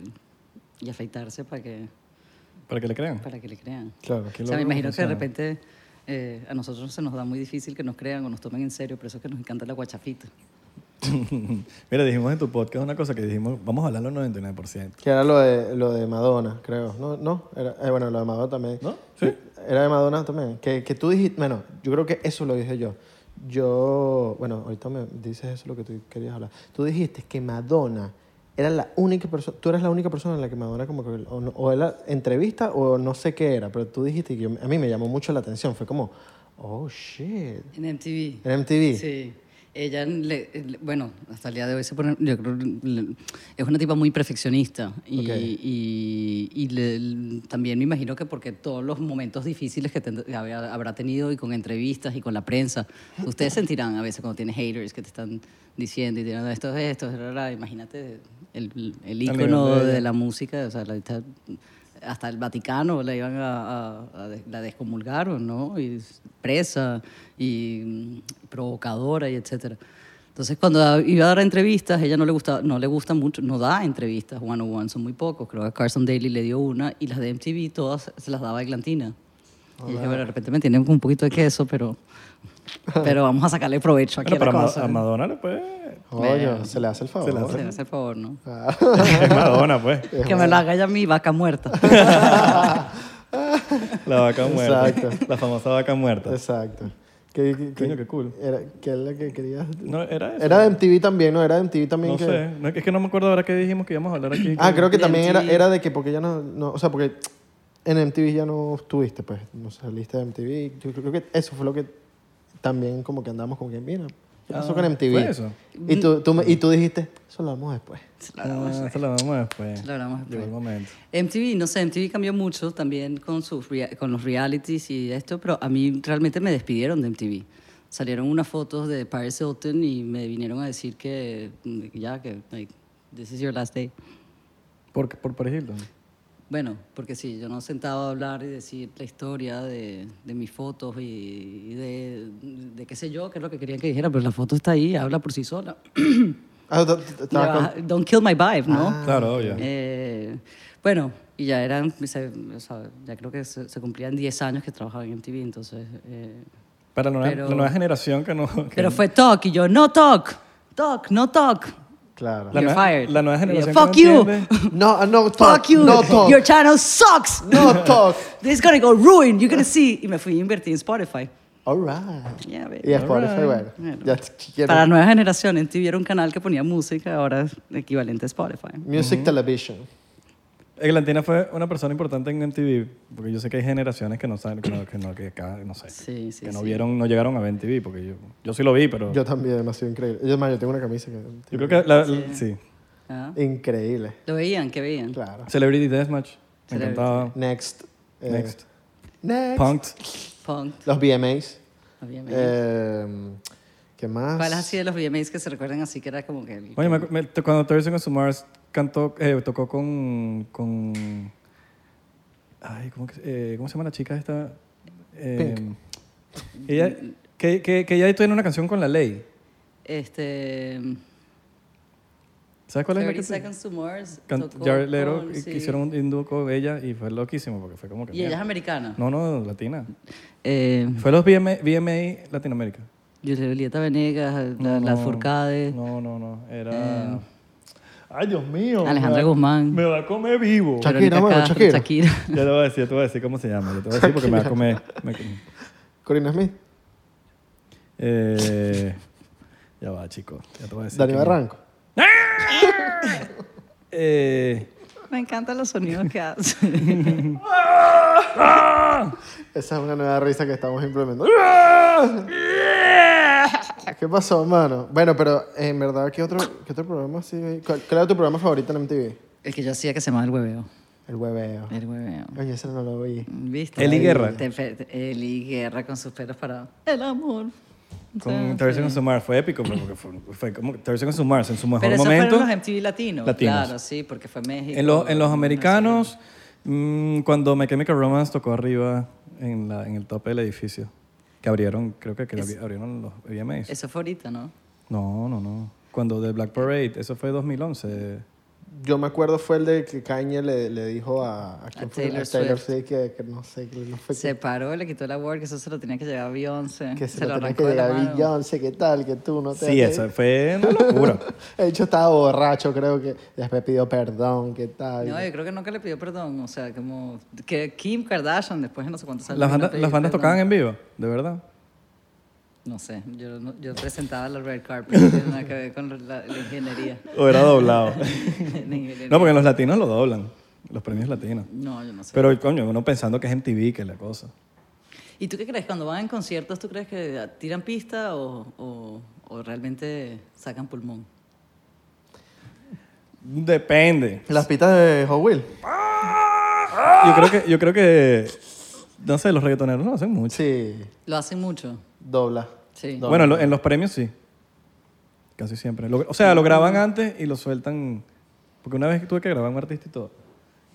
S1: y afeitarse para que,
S2: Para que le crean.
S1: para que le crean.
S2: Claro,
S1: O sea, me imagino que de repente eh, a nosotros se nos da muy difícil que nos crean o nos tomen en serio, por eso es que nos encanta la guachafita.
S2: Mira, dijimos en tu podcast una cosa que dijimos, vamos a hablarlo al 99%.
S3: Que era lo de, lo de Madonna, creo. No, no, era, eh, bueno, lo de Madonna también.
S2: ¿No? Sí.
S3: Era de Madonna también. Que, que tú dijiste, bueno, yo creo que eso lo dije yo. Yo, bueno, ahorita me dices eso lo que tú querías hablar. Tú dijiste que Madonna era la única persona, tú eras la única persona en la que Madonna como que, o, no- o era entrevista o no sé qué era, pero tú dijiste que yo- a mí me llamó mucho la atención. Fue como, oh, shit.
S1: En MTV.
S3: En MTV.
S1: Sí. Ella, le- le- bueno, hasta el día de hoy se pone, yo creo, le- es una tipa muy perfeccionista y,
S3: Ok.
S1: y- y le- también me imagino que porque todos los momentos difíciles que tend- que había- habrá tenido y con entrevistas y con la prensa, ustedes sentirán a veces cuando tienes haters que te están diciendo y diciendo esto es esto, ra, ra, ra". imagínate el, el
S2: nivel
S1: ícono
S2: de ella.
S1: de la música, o sea, la- está- hasta el Vaticano la iban a, a- a des- la descomulgaron, ¿no? Y s- presa y mm, provocadora y etcétera. Entonces, cuando da- iba a dar entrevistas, ella no le gusta, no le gusta mucho, no da entrevistas one on one, son muy pocos. Creo que Carson Daly le dio una y las de MTV todas se las daba a Eglantina. Y dije, bueno, de repente me tienen con un poquito de queso, pero, pero vamos a sacarle provecho aquí
S2: Bueno, pero
S1: a
S2: a,
S1: la
S2: Ma-
S1: cosa.
S2: a Madonna pues. le puede...
S3: Coño, se le hace el favor.
S2: Se le
S1: Se me hace el favor, ¿no?
S3: Ah.
S2: Es Madonna, pues.
S1: Que me lo haga ya mi vaca muerta.
S2: La vaca muerta.
S3: Exacto.
S2: La famosa vaca muerta.
S3: Exacto. Que, que-
S2: Coño,
S3: que-
S2: qué cool.
S3: Era, ¿Qué es la que querías?
S2: No, era eso.
S3: Era de MTV también, ¿no? Era de MTV también.
S2: No
S3: que...
S2: sé. No, es que no me acuerdo ahora qué dijimos que íbamos a hablar aquí.
S3: Ah, creo que
S1: De
S3: también era,
S1: MTV.
S3: era de que porque ya no, no- O sea, porque en MTV ya no estuviste, pues. No saliste de MTV. Yo creo que eso fue lo que también como que andamos con quien mira. ¿Qué pasó
S2: Ah,
S3: con MTV?
S2: ¿fue eso?
S3: Y tú, tú me- y tú dijiste, eso lo hablamos después.
S2: Ah, eso lo vamos después.
S1: Lo hablamos después.
S2: Llegó el momento.
S1: MTV, no sé, MTV cambió mucho también con, sus rea- con los realities y esto, pero a mí realmente me despidieron de MTV. Salieron unas fotos de Paris Hilton y me vinieron a decir que mm, ya, que like, this is your last day.
S2: ¿Por, qué- por Paris Hilton?
S1: Bueno, porque sí, yo no sentaba a hablar y decir la historia de, de mis fotos y, y de, de qué sé yo, qué es lo que querían que dijera, pero la foto está ahí, habla por sí sola.
S3: Ah, t- t-
S1: Le
S3: estaba con- Ah.
S1: baja- Don't kill my vibe, ¿no?
S2: Claro, obvio.
S1: Eh, bueno, y ya eran, se- o sea, ya creo que se, se cumplían 10 años que trabajaba en MTV, entonces... eh,
S2: Para la nueva,
S1: pero-
S2: la nueva generación que no... que-
S1: pero fue talk y yo, no talk, talk, no talk.
S3: Claro.
S2: La
S1: You're
S2: nueva-
S1: fired.
S2: la nueva
S1: Y yo,
S2: generación
S1: Fuck
S2: que no
S1: you.
S2: entiende.
S3: No, ah, no talk.
S1: Fuck you.
S3: No talk.
S1: Your channel sucks.
S3: No talk.
S1: This is gonna go ruined. You're gonna see. Y me fui a invertir en Spotify.
S3: All right.
S1: Yeah, baby.
S3: Y Spotify, bueno.
S1: Bueno.
S3: Ya t- quiero-
S1: Para la nueva generación, MTV era un canal que ponía música, ahora es equivalente a Spotify.
S3: Music Television.
S2: Eglantina fue una persona importante en MTV, porque yo sé que hay generaciones que no saben, que no, que no, que acá, no sé,
S1: Sí, sí,
S2: que no
S1: sí.
S2: vieron, no llegaron a ver MTV, porque yo, yo sí lo vi, pero yo,
S3: Yo también, demasiado increíble. Yo, además, yo tengo una camisa que...
S2: creo que la- la- sí.
S1: Ah,
S3: Increíble.
S1: ¿Lo veían? ¿Qué veían?
S3: Claro.
S2: Celebrity Deathmatch, me
S1: Celebrity.
S2: encantaba.
S3: Next. eh,
S2: Next,
S3: Next.
S2: Punk'd,
S1: Punk,
S3: Los VMAs.
S1: obviamente.
S3: Eh, ¿Qué más?
S1: ¿Cuáles así de los VMAs que se recuerdan así que era como que... el-
S2: Oye, me- me- te- cuando Terry Song Mars cantó, eh, tocó con, con, ay, ¿cómo, que se- eh, ¿cómo se llama la chica esta? Eh, Ella, que, que, que ella tiene una canción con la ley,
S1: Este...
S2: ¿sabes cuál es la
S1: 30
S2: que te-
S1: Seconds to Mars.
S2: Can-
S1: tocó
S2: Jared Leto
S1: con-
S2: y-
S1: sí.
S2: hicieron un hindú con ella y fue loquísimo porque fue como que
S1: Y ella es
S2: mierda.
S1: americana.
S2: no no latina
S1: Eh,
S2: fue los VMA, VMA Latinoamérica
S1: Julieta Venegas, la-
S2: No,
S1: las
S2: no,
S1: Furcades.
S2: no no no era Eh. Ay, Dios mío.
S1: Alejandra
S2: me va-
S1: Guzmán.
S2: Me va a comer vivo.
S3: Cha-
S2: Ya
S3: Shakira,
S1: Verónica
S3: mano,
S1: Castro,
S3: Shakira.
S1: Shakira.
S2: te voy a decir, te voy a decir cómo se llama. Yo te voy a decir porque me va a comer. me-
S3: Corina Smith,
S2: eh, ya va, chico. Ya te voy a decir.
S3: Dani
S2: que-
S3: Barranco.
S2: Eh,
S5: Me encantan los sonidos que hace.
S3: Esa es una nueva risa que estamos implementando. ¿Qué pasó, mano? Bueno, pero eh, en verdad, ¿qué otro, qué otro programa sí hay? ¿Cuál, cuál era tu programa favorito en MTV?
S1: El que yo hacía que se llamaba El Hueveo.
S3: El hueveo.
S1: El Hueveo.
S3: Oye, ese no lo vi.
S1: ¿Viste?
S2: Eli Guerra.
S1: Te- te- Eli Guerra con sus pelos parados. El amor.
S2: con Teresa con Sumar fue épico pero porque fue, fue como Teresa con Sumar en su mejor
S1: Pero esos
S2: momento.
S1: fueron los MTV latinos.
S2: Latinos.
S1: Claro, sí, porque fue México.
S2: En, lo- en los
S1: Venezuela.
S2: americanos, mm, cuando My Chemical Romance tocó arriba en, la, en el tope del edificio, que abrieron, creo que, que abri- abrieron los VMAs.
S1: Eso fue ahorita, ¿no?
S2: No, no, no. Cuando The Black Parade, eso fue 2011.
S3: Yo me acuerdo fue el de que Kanye le, le dijo a, a, quién fue,
S1: Taylor
S3: a Taylor Swift que, que no sé, que no fue
S1: Se
S3: que,
S1: paró, le quitó el award, que eso se lo tenía que llevar a Beyoncé.
S3: Pues que se, lo tenía
S1: arrancó
S3: que
S1: de la
S3: llegar a
S1: mano.
S3: Beyoncé, que tal, que tú no te
S2: Sí, eso fue una locura.
S3: El hecho estaba borracho, creo que después pidió perdón, que tal.
S1: No, eh. yo creo que nunca le pidió perdón. O sea, como que Kim Kardashian después de no sé cuántos años.
S2: las,
S1: vino a
S2: bandas-
S1: pedir
S2: las bandas
S1: perdón.
S2: tocaban en vivo, de verdad.
S1: No sé, yo, no- yo presentaba la red carpet, no tiene nada que ver con la, la ingeniería.
S2: O era doblado.
S1: La ingeniería.
S2: no, porque los latinos lo doblan, los premios latinos.
S1: No, yo no sé.
S2: Pero, coño, uno pensando que es MTV, que es la cosa.
S1: ¿Y tú qué crees? Cuando van en conciertos, ¿tú crees que tiran pista o, o- o realmente sacan pulmón?
S2: Depende.
S3: Las pitas de Hot Wheels.
S2: Yo creo que, yo creo que no sé, los reggaetoneros no hacen mucho.
S3: Sí,
S1: Lo hacen mucho.
S3: dobla.
S1: Sí.
S3: Dobla.
S2: Bueno, en lo- en los premios sí. Casi siempre. Lo- o sea, lo graban antes y lo sueltan. Porque una vez tuve que grabar un artista y todo,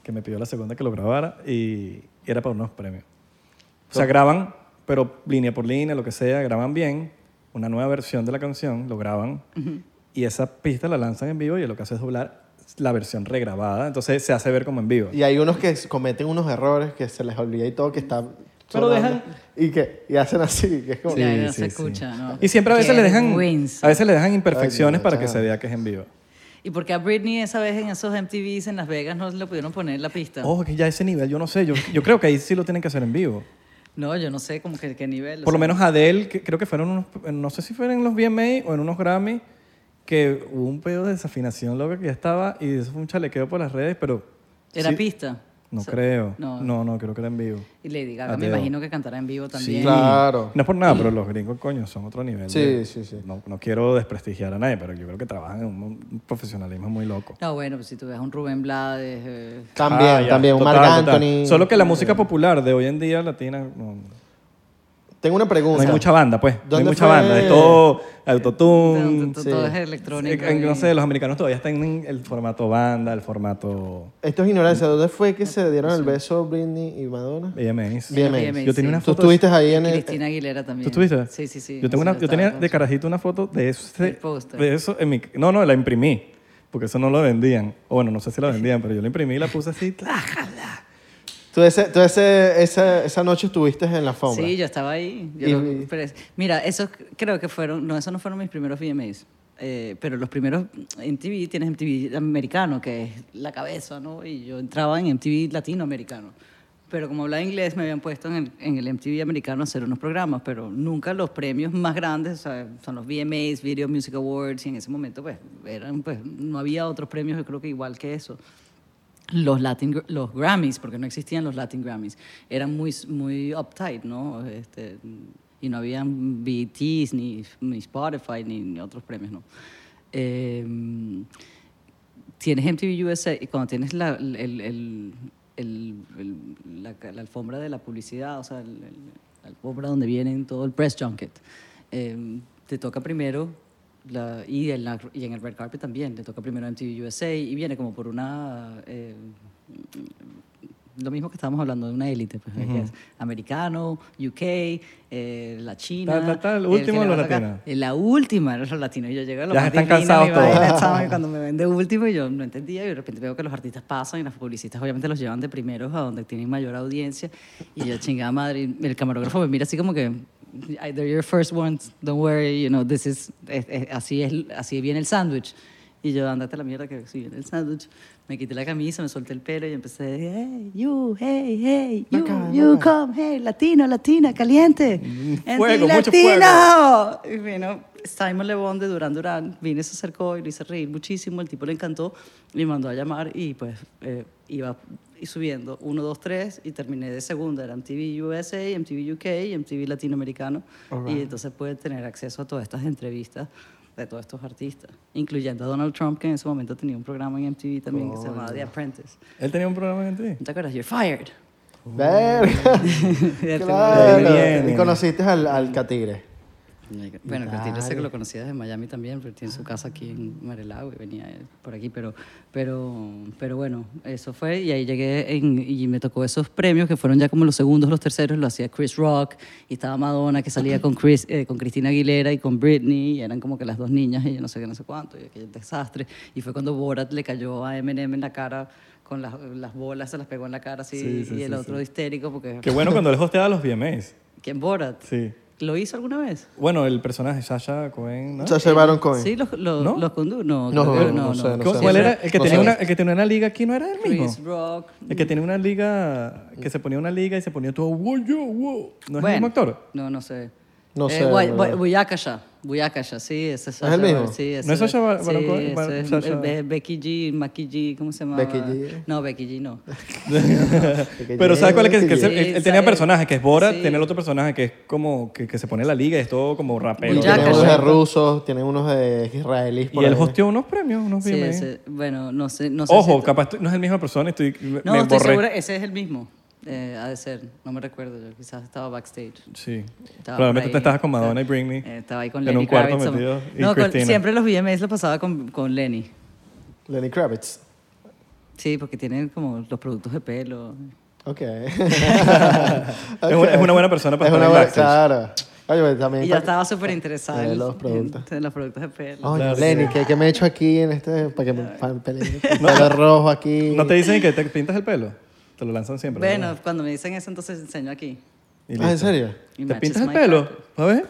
S2: que me pidió la segunda que lo grabara y, y era para unos premios. O sea, graban, pero línea por línea, lo que sea, graban bien, una nueva versión de la canción, lo graban y esa pista la lanzan en vivo y lo que hace es doblar la versión regrabada. Entonces se hace ver como en vivo.
S3: Y hay unos que cometen unos errores que se les olvida y todo, que está.
S2: Pero
S3: sonando
S2: dejan-
S3: Y que y hacen así, que es como.
S1: Sí,
S2: Sí,
S1: no se
S2: sí, sí.
S1: escucha, ¿no?
S2: Y siempre a veces
S1: Qué
S2: le dejan
S1: vergüenza.
S2: a veces le dejan imperfecciones
S3: Ay,
S2: para que
S3: chao.
S2: se vea que es en vivo.
S1: ¿Y por qué a Britney esa vez en esos MTVs en Las Vegas no le pudieron poner la pista?
S2: Ojo, que ya ese nivel, yo no sé, yo, yo creo que ahí sí lo tienen que hacer en vivo.
S1: No, yo no sé como que qué nivel. o
S2: Por lo
S1: sea,
S2: menos Adele, que creo que fueron unos, eh, no sé si fueron en los VMA o en unos Grammy, que hubo un pedo de desafinación, loco, que ya estaba, y eso fue un chalequeo por las redes, pero...
S1: Era
S2: sí,
S1: pista.
S2: No
S1: O sea,
S2: creo. Ah,
S1: no.
S2: No. no, creo que era en vivo.
S1: Y Lady Gaga me
S2: Ateo.
S1: imagino que cantará en vivo también.
S3: Claro.
S2: No es por nada, pero los gringos, coño, son otro nivel.
S3: Sí,
S2: de-
S3: sí, sí.
S2: No, no quiero desprestigiar a nadie, pero yo creo que trabajan en un, un profesionalismo muy loco.
S1: No, bueno, pues si tú ves a un Rubén Blades, eh,
S3: También,
S2: Ah, ya,
S3: también, un
S2: total,
S3: Marc
S2: total.
S3: Anthony. eh,
S2: Solo que la música popular de hoy en día latina... no-
S3: Tengo una
S2: No
S3: pregunta.
S2: hay mucha banda, pues. No hay
S3: ¿Dónde
S2: mucha
S3: fue?
S2: banda. Es todo autotune.
S1: todo, todo es electrónico.
S2: Eh,
S1: y-
S2: No sé, los americanos todavía están en el formato banda, el formato
S3: Esto es ignorancia. ¿Dónde fue que se dieron el beso Britney y Madonna?
S2: VMAs.
S3: VMAs.
S2: Yo tenía una
S3: Tú
S2: foto.
S3: estuviste ahí en
S1: Y
S3: el.
S1: Cristina Aguilera también.
S2: ¿Tú estuviste?
S1: Sí, sí, sí.
S2: Yo, tengo
S1: Sí,
S2: una, yo tenía
S1: estaba
S2: de
S1: con-
S2: carajito una foto de eso.
S1: El póster.
S2: De eso en mi... No, no, la imprimí. Porque eso no lo vendían. O bueno, no sé si la vendían, pero yo la imprimí y la puse así. ¡tla!
S3: Tú, ese, tú ese, esa, esa noche estuviste en la alfombra.
S1: Sí, yo estaba ahí. Yo
S3: Y-
S1: lo- pero es- mira, esos creo que fueron, no, esos no fueron mis primeros VMAs. eh, pero los primeros MTV, tienes MTV americano, que es la cabeza, ¿no? Y yo entraba en MTV latinoamericano. Pero como hablaba inglés, me habían puesto en el, en el MTV americano a hacer unos programas, pero nunca los premios más grandes, o sea, son los VMAs, Video Music Awards, y en ese momento, pues, eran, pues, no había otros premios, yo creo que igual que eso los Latin Gr- los Grammys porque no existían los Latin Grammys eran muy muy uptight no este, y no habían BTs ni, ni Spotify ni, ni otros premios no Em, tienes MTV USA y cuando tienes la, el- el- el- el- el- la, ca- la alfombra de la publicidad, o sea, el- el- la alfombra donde vienen todo el press junket, eh, te toca primero, la, y, en la- y en el red carpet también, te toca primero MTV USA y viene como por una... eh, lo mismo que estábamos hablando de una élite, pues, que es americano, UK, eh, la China.
S2: Tal, tal, tal,
S1: el
S2: último
S1: que le
S2: los
S1: va a tocar.
S2: latinos.
S1: Eh, La última eran los latinos. Yo llegué a lo
S2: Ya
S1: más
S2: están
S1: divina,
S2: cansados
S1: mi vaina,
S2: todos.
S1: ¿sabes? Cuando me ven de último, y yo no entendía. Y de repente veo que los artistas pasan y los publicistas obviamente los llevan de primeros a donde tienen mayor audiencia. Y yo, chingada madre, y el camarógrafo me mira así como que... They're your first ones, don't worry, you know, this is... es- es- así, es, así viene el sándwich. Y yo, andate a la mierda que soy yo en el sándwich. Me quité la camisa, me solté el pelo y empecé, hey, you, hey, hey, you,
S3: Maca,
S1: you,
S3: maca.
S1: come, hey, latino, latina, caliente. En
S2: Mm. fuego,
S1: ti,
S2: mucho
S1: latino. Y vino Simon Le Bon de Durán Durán, vino y se acercó y lo hice reír muchísimo, el tipo le encantó, me mandó a llamar y pues eh, iba y subiendo, uno, dos, tres, y terminé de segunda, era MTV USA, MTV UK y MTV Latinoamericano, y entonces pude tener acceso a todas estas entrevistas de todos estos artistas, incluyendo a Donald Trump, que en ese momento tenía un programa en MTV también que se llamaba The Apprentice.
S2: Él tenía un programa en ti.
S1: ¿No te acuerdas? You're fired.
S3: Verga. claro.
S2: viene.
S3: Y conociste al, al Catigre.
S1: Bueno, el Tigre sé que lo conocía desde Miami también, pero tiene su
S2: Ah.
S1: casa aquí en Marelao y venía él por aquí, pero, pero, pero bueno, eso fue y ahí llegué en- y me tocó esos premios que fueron ya como los segundos, los terceros, lo hacía Chris Rock y estaba Madonna que salía con, Chris, eh, con Cristina Aguilera y con Britney y eran como que las dos niñas y yo no sé qué, no sé cuánto y aquel desastre y fue cuando Borat le cayó a Eminem en la cara con las, las bolas, se las pegó en la cara así
S2: Sí, sí,
S1: y el
S2: sí,
S1: otro histérico porque...
S2: Qué bueno cuando él hosteaba los VMAs.
S1: ¿Quién Borat?
S2: Sí.
S1: ¿Lo hizo alguna vez?
S2: Bueno, el personaje Sasha Cohen, ¿no?
S3: Se llevaron con
S1: Eh, Sí, los, los,
S2: ¿No?
S1: los condu- No,
S3: No,
S1: creo que
S3: no, no sé, no
S2: ¿Cu-
S3: sé.
S2: ¿Cuál
S3: Sí,
S2: era?
S3: sí.
S2: El que,
S3: No
S2: tenía
S3: sé.
S2: una, el que tenía una liga aquí no era el mismo.
S1: Chris Rock.
S2: El que tenía una liga, que se ponía una liga y se ponía todo, wow, yo, wow. ¿No es el mismo actor?
S1: No, no sé.
S3: No
S1: Eh,
S3: sé,
S1: Guay-
S3: la
S1: Guay-
S3: verdad.
S1: Buyakasha. Buyakasha, sí, ese es
S3: ¿Es el
S1: Sasha-
S3: mismo?
S1: Sí, ese
S2: ¿No es Sasha Bar-
S1: sí,
S2: Baron Cohen? Bar-
S1: ese es-
S2: Sasha-
S1: eh, Be- Becky G, Maki G, ¿cómo se llama?
S3: Becky G.
S1: No, Becky G no.
S2: Ah, Pero ¿sabes cuál es? Que, que se-
S1: Sí,
S2: él, él tenía
S1: sí.
S2: personajes, que es Borat,
S1: Sí.
S2: tenía el otro personaje que es como que, que se pone en la liga y es todo como rapero.
S1: Pero-
S3: Tienen
S1: Jack,
S3: unos de
S1: exacto.
S3: rusos, tienen unos de israelíes. por
S2: Y él
S3: ahí.
S2: hosteó unos premios, unos
S1: Sí,
S2: VMAs.
S1: ese- bueno, no sé. No sé
S2: Ojo,
S1: si-
S2: capaz estoy- no es el mismo persona, estoy, me,
S1: No,
S2: me
S1: estoy
S2: borré.
S1: segura, ese es el mismo. Eh, ha de ser, no me recuerdo yo, quizás estaba backstage.
S2: Sí.
S1: Estaba
S2: Probablemente
S1: por
S2: te
S1: ahí,
S2: estabas con Madonna y
S1: estaba-
S2: Britney.
S1: eh, estaba ahí con
S2: en
S1: Lenny
S2: un cuarto
S1: Kravitz,
S2: metido, y
S1: No, con-
S2: Christina.
S1: siempre los VMAs los pasaba con, con Lenny.
S3: Lenny Kravitz.
S1: Sí, porque tienen como los productos de pelo.
S3: Ok.
S2: Es una- es una buena persona para estar
S3: Es una
S2: en
S3: buena- Claro. Oye, pero también.
S1: Y yo
S3: para-
S1: estaba súper interesada
S3: De
S1: en
S3: los productos. Ah,
S1: en- en los productos de pelo.
S3: Oye, Lenny, ¿qué, qué me he hecho aquí en este? Para que me para el pelo, el pelo rojo aquí. Ah,
S2: ¿No te dicen que te pintas el pelo? Te lo lanzan siempre.
S1: bueno,
S2: ¿verdad?
S1: cuando me dicen eso, entonces enseño aquí.
S2: Y
S3: Ah, ¿en
S2: listo.
S3: serio?
S1: Y
S2: ¿Te
S1: matches
S2: pintas el
S1: my
S2: pelo?
S1: carpet.
S2: ¿A ver?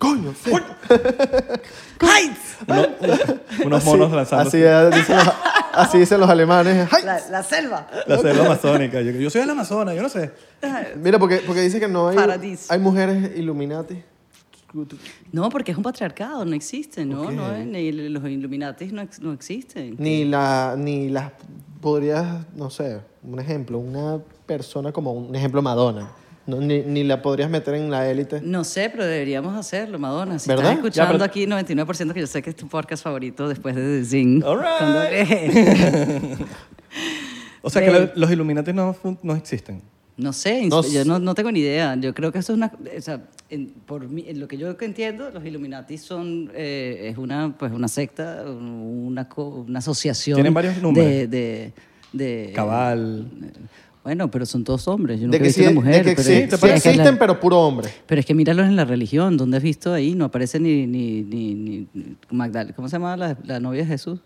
S3: Coño, sí.
S1: ¡Heights!
S2: Uno- unos monos lanzando.
S3: Así, dicen los, así dicen los alemanes. ¡Ay!
S1: La, la selva.
S2: La selva amazónica. Yo, yo soy de la Amazona, yo no sé.
S3: Mira, porque, porque dice que no hay,
S1: Paradiso.
S3: hay mujeres Illuminati.
S1: No, porque es un patriarcado, no existen, ¿no? no eh, ni los Illuminatis no, ex- no existen.
S3: Ni, la, ni las podrías, no sé, un ejemplo, una persona como un ejemplo Madonna. No, ni, ni la podrías meter en la élite.
S1: No sé, pero deberíamos hacerlo, Madonna. Si
S3: ¿Verdad?
S1: estás escuchando
S2: Ya,
S1: aquí 99%, que yo sé que es tu podcast favorito después de The Zing.
S2: All right. O sea que
S1: Ven.
S2: lo- los Illuminati no, fun- no existen.
S1: No sé,
S3: No
S1: yo no, no tengo ni idea. Yo creo que eso es una... O sea, en, por mí- en lo que yo que entiendo, los Illuminati son... eh, es una, pues, una secta, una, co- una asociación...
S2: Tienen varios números.
S1: De, de,
S3: Eh.
S1: de-
S2: Cabal.
S1: Bueno, pero son todos hombres. Yo
S3: De
S1: nunca he
S3: que,
S1: visto
S3: sí,
S1: una mujer.
S3: de que
S1: pero-
S3: sí- sí
S1: es que la-
S3: existen, pero puro hombre.
S1: pero es que míralos en la religión. ¿Dónde has visto ahí? No aparece ni... ni, ni, ni- ni Magdal- ¿Cómo se llama la, la novia de Jesús?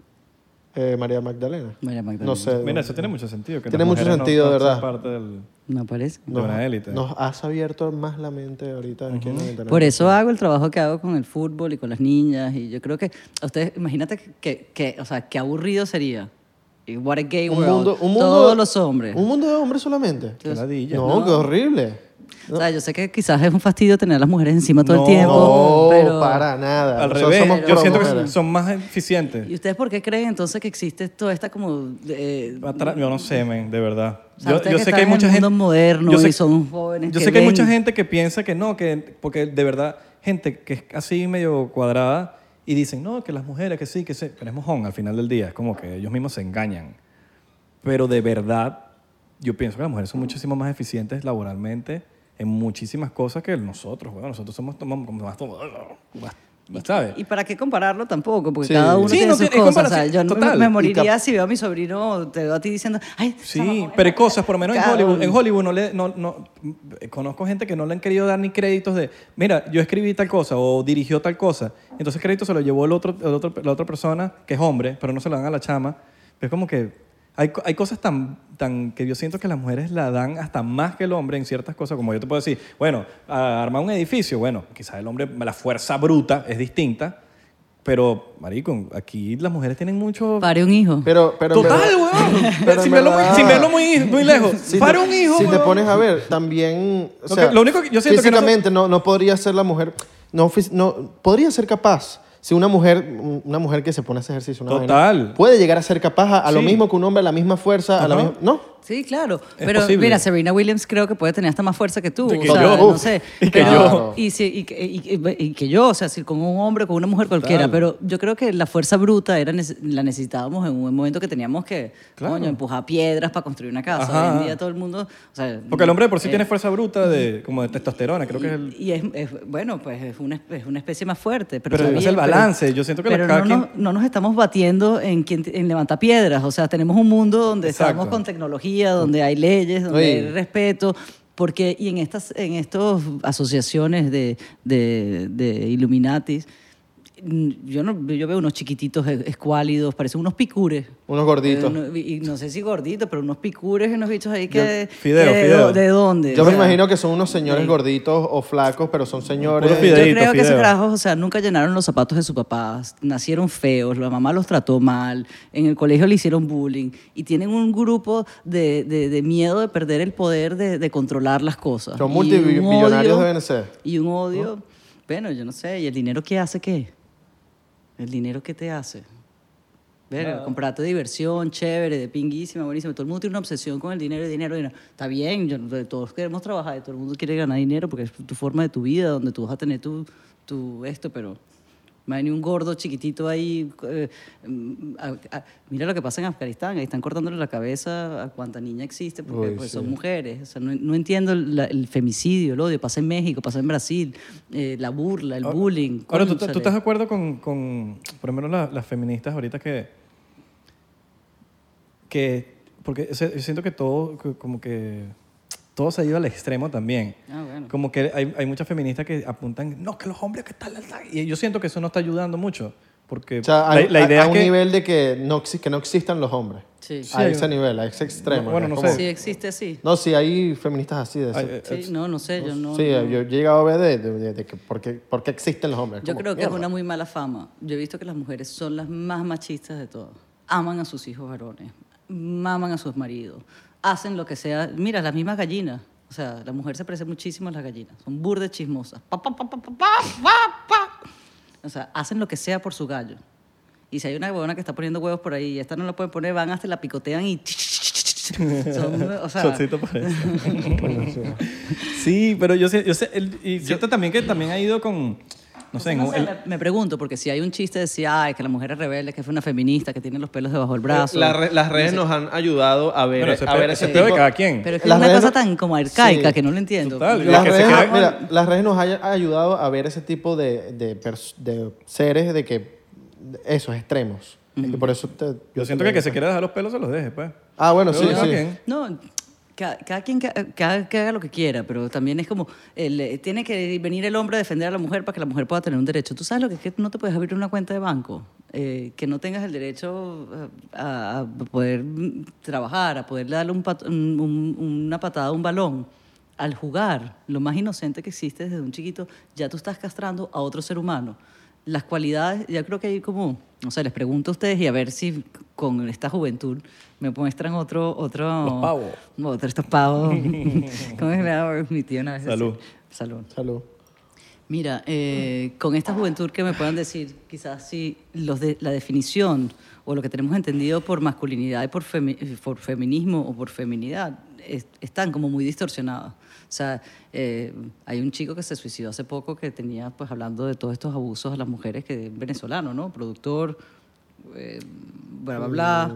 S3: Eh, María Magdalena.
S1: María Magdalena.
S3: No sé.
S2: Mira, eso tiene mucho sentido. Que
S3: Eh, Tiene
S2: las
S3: mucho
S2: mujeres no-
S3: sentido,
S2: no
S3: de
S2: son
S3: verdad.
S2: parte del-
S1: No aparece.
S2: de una élite.
S3: Nos has abierto más la mente ahorita aquí en Internet.
S1: Por eso hago el trabajo que hago con el fútbol y con las niñas. Y yo creo que, a ustedes, imagínate que, que o sea, qué aburrido sería. Y what a gay
S3: un
S1: world.
S3: mundo, un mundo,
S1: Todos los hombres.
S3: Un mundo de hombres solamente.
S2: Qué ladilla.
S3: No, qué horrible.
S1: O sea, yo sé que quizás es un fastidio tener a las mujeres encima todo
S2: No,
S1: el tiempo.
S3: No,
S1: pero...
S3: para nada.
S2: Al
S3: Nosotros
S2: revés,
S3: somos
S2: yo
S3: pro
S2: siento que
S3: mujeres.
S2: son más eficientes.
S1: ¿Y ustedes por qué creen entonces que existe toda esta como... eh,
S2: Atra- Yo no sé, men, de verdad.
S1: O sea,
S2: yo,
S1: ustedes
S2: yo
S1: que
S2: sé que
S1: están
S2: hay
S1: en
S2: mucha
S1: el mundo
S2: gente.
S1: moderno y son jóvenes
S2: Yo
S1: que
S2: sé que hay
S1: ven.
S2: mucha gente que piensa que no, que porque de verdad, gente que es así medio cuadrada y dicen, no, que las mujeres, que sí, que sí. Pero es mojón al final del día. Es como que ellos mismos se engañan. Pero de verdad, yo pienso que las mujeres son muchísimo más eficientes laboralmente en muchísimas cosas que nosotros, weón. Nosotros somos tomamos como más. como- más- más, ¿Sabes?
S1: ¿Y para qué compararlo tampoco? Porque
S3: Sí.
S1: cada uno
S2: Sí,
S1: tiene
S2: no
S1: sus
S2: tiene- es
S1: cosas. O sea,
S2: comparación,
S1: yo no me,
S2: total.
S1: me
S3: Y
S1: moriría
S3: cap-
S1: si veo a mi sobrino, te veo a ti diciendo, ay,
S2: Sí, pero hay cosas, por lo menos en
S1: Cada
S2: Hollywood.
S1: uno.
S2: En Hollywood no le, no, no, eh, conozco gente que no le han querido dar ni créditos de, mira, yo escribí tal cosa o dirigió tal cosa. Entonces el crédito se lo llevó el otro, el otro- la otra persona, que es hombre, pero no se lo dan a la chama. Pero es como que hay, co- hay cosas tan, tan que yo siento que las mujeres la dan hasta más que el hombre en ciertas cosas. Como yo te puedo decir, bueno, a- armar un edificio, bueno, quizás el hombre, la fuerza bruta es distinta, Pero, marico, aquí las mujeres tienen mucho...
S1: Pare un hijo.
S3: Pero, pero en
S2: Total,
S3: verdad-
S2: weón.
S3: pero
S2: sin,
S3: en
S2: verlo muy,
S3: verdad-
S2: sin verlo muy, muy lejos.
S3: ah. Si
S2: Para
S3: te-
S2: un hijo,
S3: Si te
S2: weón.
S3: pones a ver, también.
S2: Lo
S3: o sea,
S2: que- lo único que yo siento que no se-
S3: físicamente no, no podría ser la mujer. No, fis- no, podría ser capaz. Si una mujer, una mujer que se pone a hacer ejercicio, una vaina,
S2: Total.
S3: puede llegar a ser capaz a, a lo
S2: Sí.
S3: mismo que un hombre, a la misma fuerza, a la
S2: Ajá.
S3: misma. No.
S1: Sí, claro.
S2: Es
S1: Pero
S2: posible.
S1: mira, Serena Williams creo que puede tener hasta más fuerza que tú.
S2: De que
S1: o sea,
S2: yo.
S1: no sé.
S2: Y que
S3: yo.
S1: Y, si- y que- y que- y que yo, o sea, si con un hombre, con una mujer cualquiera. Pero yo creo que la fuerza bruta era, nece- la necesitábamos en un momento que teníamos que coño, empujar piedras para construir una casa.
S2: Ajá.
S1: Hoy en día todo el mundo. o sea,
S2: Porque el hombre de por sí
S1: eh,
S2: tiene fuerza bruta de, como de testosterona, creo que es el...
S1: y es, es- bueno, pues es una, es una especie más fuerte. Pero,
S2: Pero
S1: está
S2: es el
S1: bien,
S2: balance. Yo siento que la-
S1: pero
S2: cada
S1: no, nos, no nos estamos batiendo en, quien, en levantar piedras. O sea, tenemos un mundo donde
S2: Exacto.
S1: estamos con tecnología, donde hay leyes, donde
S3: Oye.
S1: hay respeto. Porque, y en estas en estos asociaciones de, de, de Illuminatis, mm, yo, no, yo veo unos chiquititos eh, escuálidos, parecen unos picures.
S3: Unos gorditos.
S1: Eh, no- y y no sé si gorditos, pero unos picures y unos bichos ahí que...
S2: Fideo,
S1: que de,
S2: fideo.
S1: do- ¿De dónde?
S3: Yo
S1: O
S3: me
S1: sea,
S3: imagino que son unos señores gorditos o flacos, pero son señores.
S2: Puro fideo.
S1: yo
S2: Fideíto,
S1: creo que esos
S2: fideo.
S1: carajos, o sea, nunca llenaron los zapatos de su papá, nacieron feos, la mamá los trató mal, en el colegio le hicieron bullying y tienen un grupo de, de- de miedo de perder el poder de, de controlar las cosas.
S3: Son
S1: Y
S3: multimillonarios
S1: un odio-
S3: deben ser.
S1: Y un odio, bueno, yo no sé, ¿y el dinero qué hace qué? ¿El dinero qué te hace? Verga, comprate diversión, chévere, de pinguísima, buenísima. Todo el mundo tiene una obsesión con el dinero, el dinero, el dinero. Está bien, yo- todos queremos trabajar, todo el mundo quiere ganar dinero porque es tu forma de tu vida, donde tú vas a tener tu, tu esto, pero imagínate un gordo chiquitito ahí. eh, mm, a- a- mira lo que pasa en Afganistán, ahí están cortándole la cabeza a cuánta niña existe porque pues, son mujeres. O sea, no, no entiendo la- el femicidio, el odio. Pasa en México, pasa en Brasil, eh, la burla, el bullying.
S2: Ah, Ahora, ¿tú, tú
S1: cónchale.
S2: estás de acuerdo con, con, por lo menos la- las feministas ahorita que, que, porque o sea, yo siento que todo, que- como que todo se ha ido al extremo también.
S1: Ah, bueno.
S2: Como que hay, hay muchas feministas que apuntan, no, que los hombres que tal, tal, tal. Y yo siento que eso no está ayudando mucho, porque
S3: O sea, a,
S2: la, la
S3: a-
S2: idea
S3: a
S2: es
S3: un
S2: que...
S3: nivel de que no, exi- que no existan los hombres.
S1: Sí.
S2: Sí,
S3: A
S2: hay-
S3: ese nivel, a ese extremo.
S2: Bueno,
S3: Es
S2: no
S3: como-
S2: sé.
S1: Sí, existe así.
S3: No, sí, hay feministas así de ese-
S2: Ay, eh,
S1: Sí, no, no sé, yo no.
S3: Pues, sí,
S1: no-
S3: yo yo he llegado a ver de, de- de- de que por qué, por qué existen los hombres.
S1: Yo
S3: Como,
S1: creo que es
S3: mierda.
S1: una muy mala fama. Yo he visto que las mujeres son las más machistas de todas. Aman a sus hijos varones, maman a sus maridos, hacen lo que sea. Mira, las mismas gallinas. O sea, la mujer se parece muchísimo a las gallinas. Son burdes chismosas. Pa, pa, pa, pa, pa, pa, pa, pa. O sea, hacen lo que sea por su gallo. Y si hay una huevona que está poniendo huevos por ahí y esta no la pueden poner, van hasta y la picotean y... Son, o sea,
S2: Chocito por eso. sí, pero yo sé, yo sé el- y siento también que también ha ido con, no sé, en
S1: No
S2: un-
S1: sé,
S2: el-
S1: me- me pregunto, porque si hay un chiste de si, ay, que la mujer es rebelde, que fue una feminista, que tiene los pelos debajo del brazo.
S6: La re- las redes nos han ayudado a ver,
S2: bueno, ese
S6: a ver
S2: pe-
S6: ese
S2: ese peo de
S6: tipo-
S2: cada quien.
S1: Pero es que
S3: Las
S1: es una
S3: redes
S1: cosa
S3: no-
S1: tan como arcaica
S3: Sí.
S1: que no lo entiendo.
S2: Total,
S1: Yo-
S2: Lo
S3: Las
S2: que se
S3: redes,
S2: queda-
S3: mira, las redes nos han ayudado a ver ese tipo de, de, pers- de seres de que esos extremos. Y por eso te-
S2: Yo siento que el que se quiera dejar los pelos se los deje, pues.
S3: Ah, bueno, sí,
S2: Pero
S3: sí.
S2: cada quien.
S1: No, cada, cada quien que, cada- que haga lo que quiera, pero también es como, el, eh, tiene que venir el hombre a defender a la mujer para que la mujer pueda tener un derecho. Tú sabes lo que es que no te puedes abrir una cuenta de banco, eh, que no tengas el derecho eh, a, a poder mm, trabajar, a poder darle un pat- un- un- una patada a un balón. Al jugar, lo más inocente que existe desde un chiquito, ya tú estás castrando a otro ser humano. Las cualidades, ya creo que hay como, o sea, les pregunto a ustedes y a ver si con esta juventud me muestran otro, otro,
S2: Los pavos.
S1: no, otro estopado. ¿Cómo es la- mi tío una vez?
S2: Salud.
S1: decía? Salud.
S3: Salud.
S1: Mira, eh, con esta juventud que me puedan decir, quizás si los de, la definición o lo que tenemos entendido por masculinidad y por, femi- por feminismo o por feminidad es- están como muy distorsionadas. O sea, eh, hay un chico que se suicidó hace poco que tenía, pues hablando de todos estos abusos a las mujeres, que es venezolano, ¿no? Productor, eh, bla, bla, bla,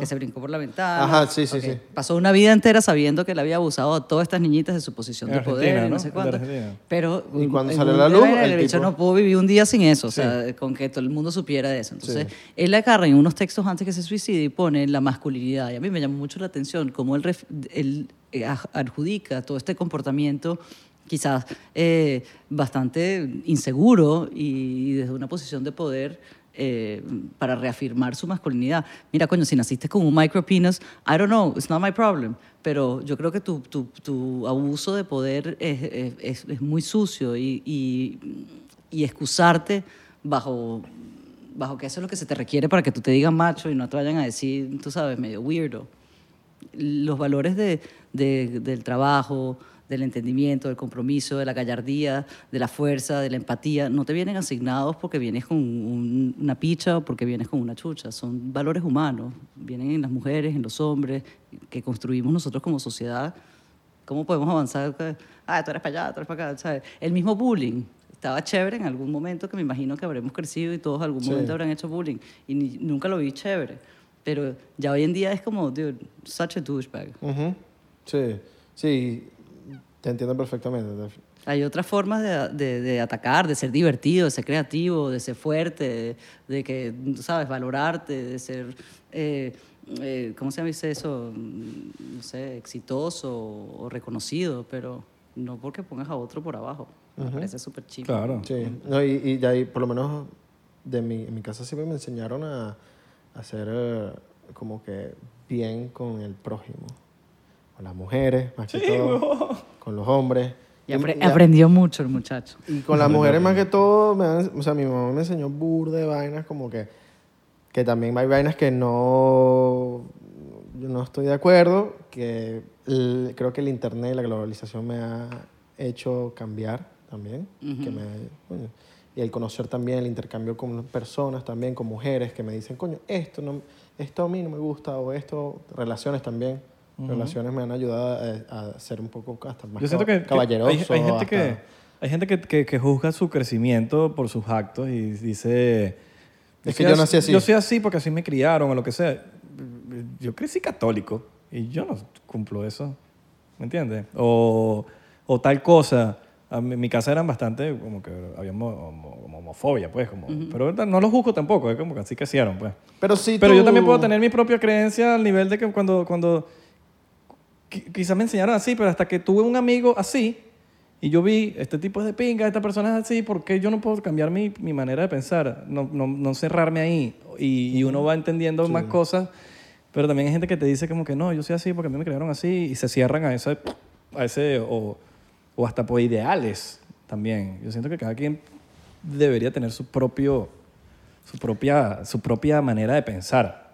S1: que se brincó por la ventana.
S3: Ajá, sí, sí,
S1: Ok.
S3: sí.
S1: Pasó una vida entera sabiendo que le había abusado a todas estas niñitas de su posición
S2: En
S1: de poder,
S2: Argentina,
S1: y no
S2: ¿no?
S1: sé
S2: De
S1: cuánto.
S2: Argentina.
S1: Pero
S3: Y cuando
S1: en
S3: salió
S1: un-
S3: la luz,
S1: el,
S3: el
S1: bicho
S3: tipo-
S1: no pudo vivir un día sin eso, o sea, con que todo el mundo supiera de eso. Entonces, él agarra en unos textos antes que se suicide y pone la masculinidad. Y a mí me llamó mucho la atención cómo él, ref- él, eh, aj- adjudica todo este comportamiento quizás eh, bastante inseguro y desde una posición de poder eh, para reafirmar su masculinidad. Mira, coño, si naciste con un micropenis, I don't know, it's not my problem. Pero yo creo que tu, tu- tu abuso de poder es, es- es- es muy sucio y, y- y excusarte bajo bajo que eso es lo que se te requiere para que tú te digas macho y no te vayan a decir, tú sabes, medio weirdo. Los valores de, de- del trabajo, del entendimiento, del compromiso, de la gallardía, de la fuerza, de la empatía, no te vienen asignados porque vienes con un- una picha o porque vienes con una chucha. Son valores humanos. Vienen en las mujeres, en los hombres, que construimos nosotros como sociedad. ¿Cómo podemos avanzar? Ah, tú eres para allá, tú eres para acá. ¿sabes? El mismo bullying. Estaba chévere en algún momento que me imagino que habremos crecido y todos algún momento habrán hecho bullying. Y ni- nunca lo vi chévere. Pero ya hoy en día es como, dude, such a douchebag.
S3: Ujú. Sí, sí, te entiendo perfectamente.
S1: Hay otras formas de, de- de atacar, de ser divertido, de ser creativo, de ser fuerte, de, de que, tú sabes, valorarte, de ser, eh, eh, ¿cómo se dice eso? Mm, No sé, exitoso o, o reconocido, pero no porque pongas a otro por abajo. Me parece súper chido.
S2: Claro.
S3: Sí, no, y, y de ahí, por lo menos de mi, en mi casa siempre me enseñaron a, a ser eh, como que bien con el prójimo, con las mujeres, más que todo, con los hombres.
S1: Y apre-
S3: y-
S1: aprendió mucho el muchacho.
S3: Y con las mujeres más que todo, me han- o sea, mi mamá me enseñó burda de vainas como que, que también hay vainas que no, yo no estoy de acuerdo, que el- creo que el internet y la globalización me ha hecho cambiar también, que me, coño, y el conocer también el intercambio con personas también, con mujeres que me dicen, coño, esto, no, esto a mí no me gusta, o esto, relaciones también. Relaciones me han ayudado a, a ser un poco hasta más
S2: Yo siento
S3: caba-
S2: que, que hay,
S3: caballeroso.
S2: hay gente
S3: hasta-
S2: que hay gente que, que- que juzga su crecimiento por sus actos y dice
S3: Es que
S2: soy
S3: yo nací así.
S2: Yo soy así porque así me criaron o lo que sea. Yo crecí católico y yo no cumplo eso. ¿Me entiendes? O, o tal cosa. A mí- mi casa eran bastante como que había homo- homo- como homofobia, pues. Como, Pero no lo juzgo tampoco, es como que así crecieron, pues.
S3: Pero sí
S2: Pero yo
S3: tú-
S2: también puedo tener mi propia creencia al nivel de que cuando, cuando qui- quizás me enseñaron así, pero hasta que tuve un amigo así y yo vi, este tipo es de pinga, esta persona es así, ¿por qué yo no puedo cambiar mi, mi manera de pensar? No, no, no cerrarme ahí. Y, y uno va entendiendo más cosas, pero también hay gente que te dice como que no, yo soy así porque a mí me crearon así y se cierran a ese, a ese o, o hasta por ideales también. Yo siento que cada quien debería tener su propio su propia, su propia manera de pensar.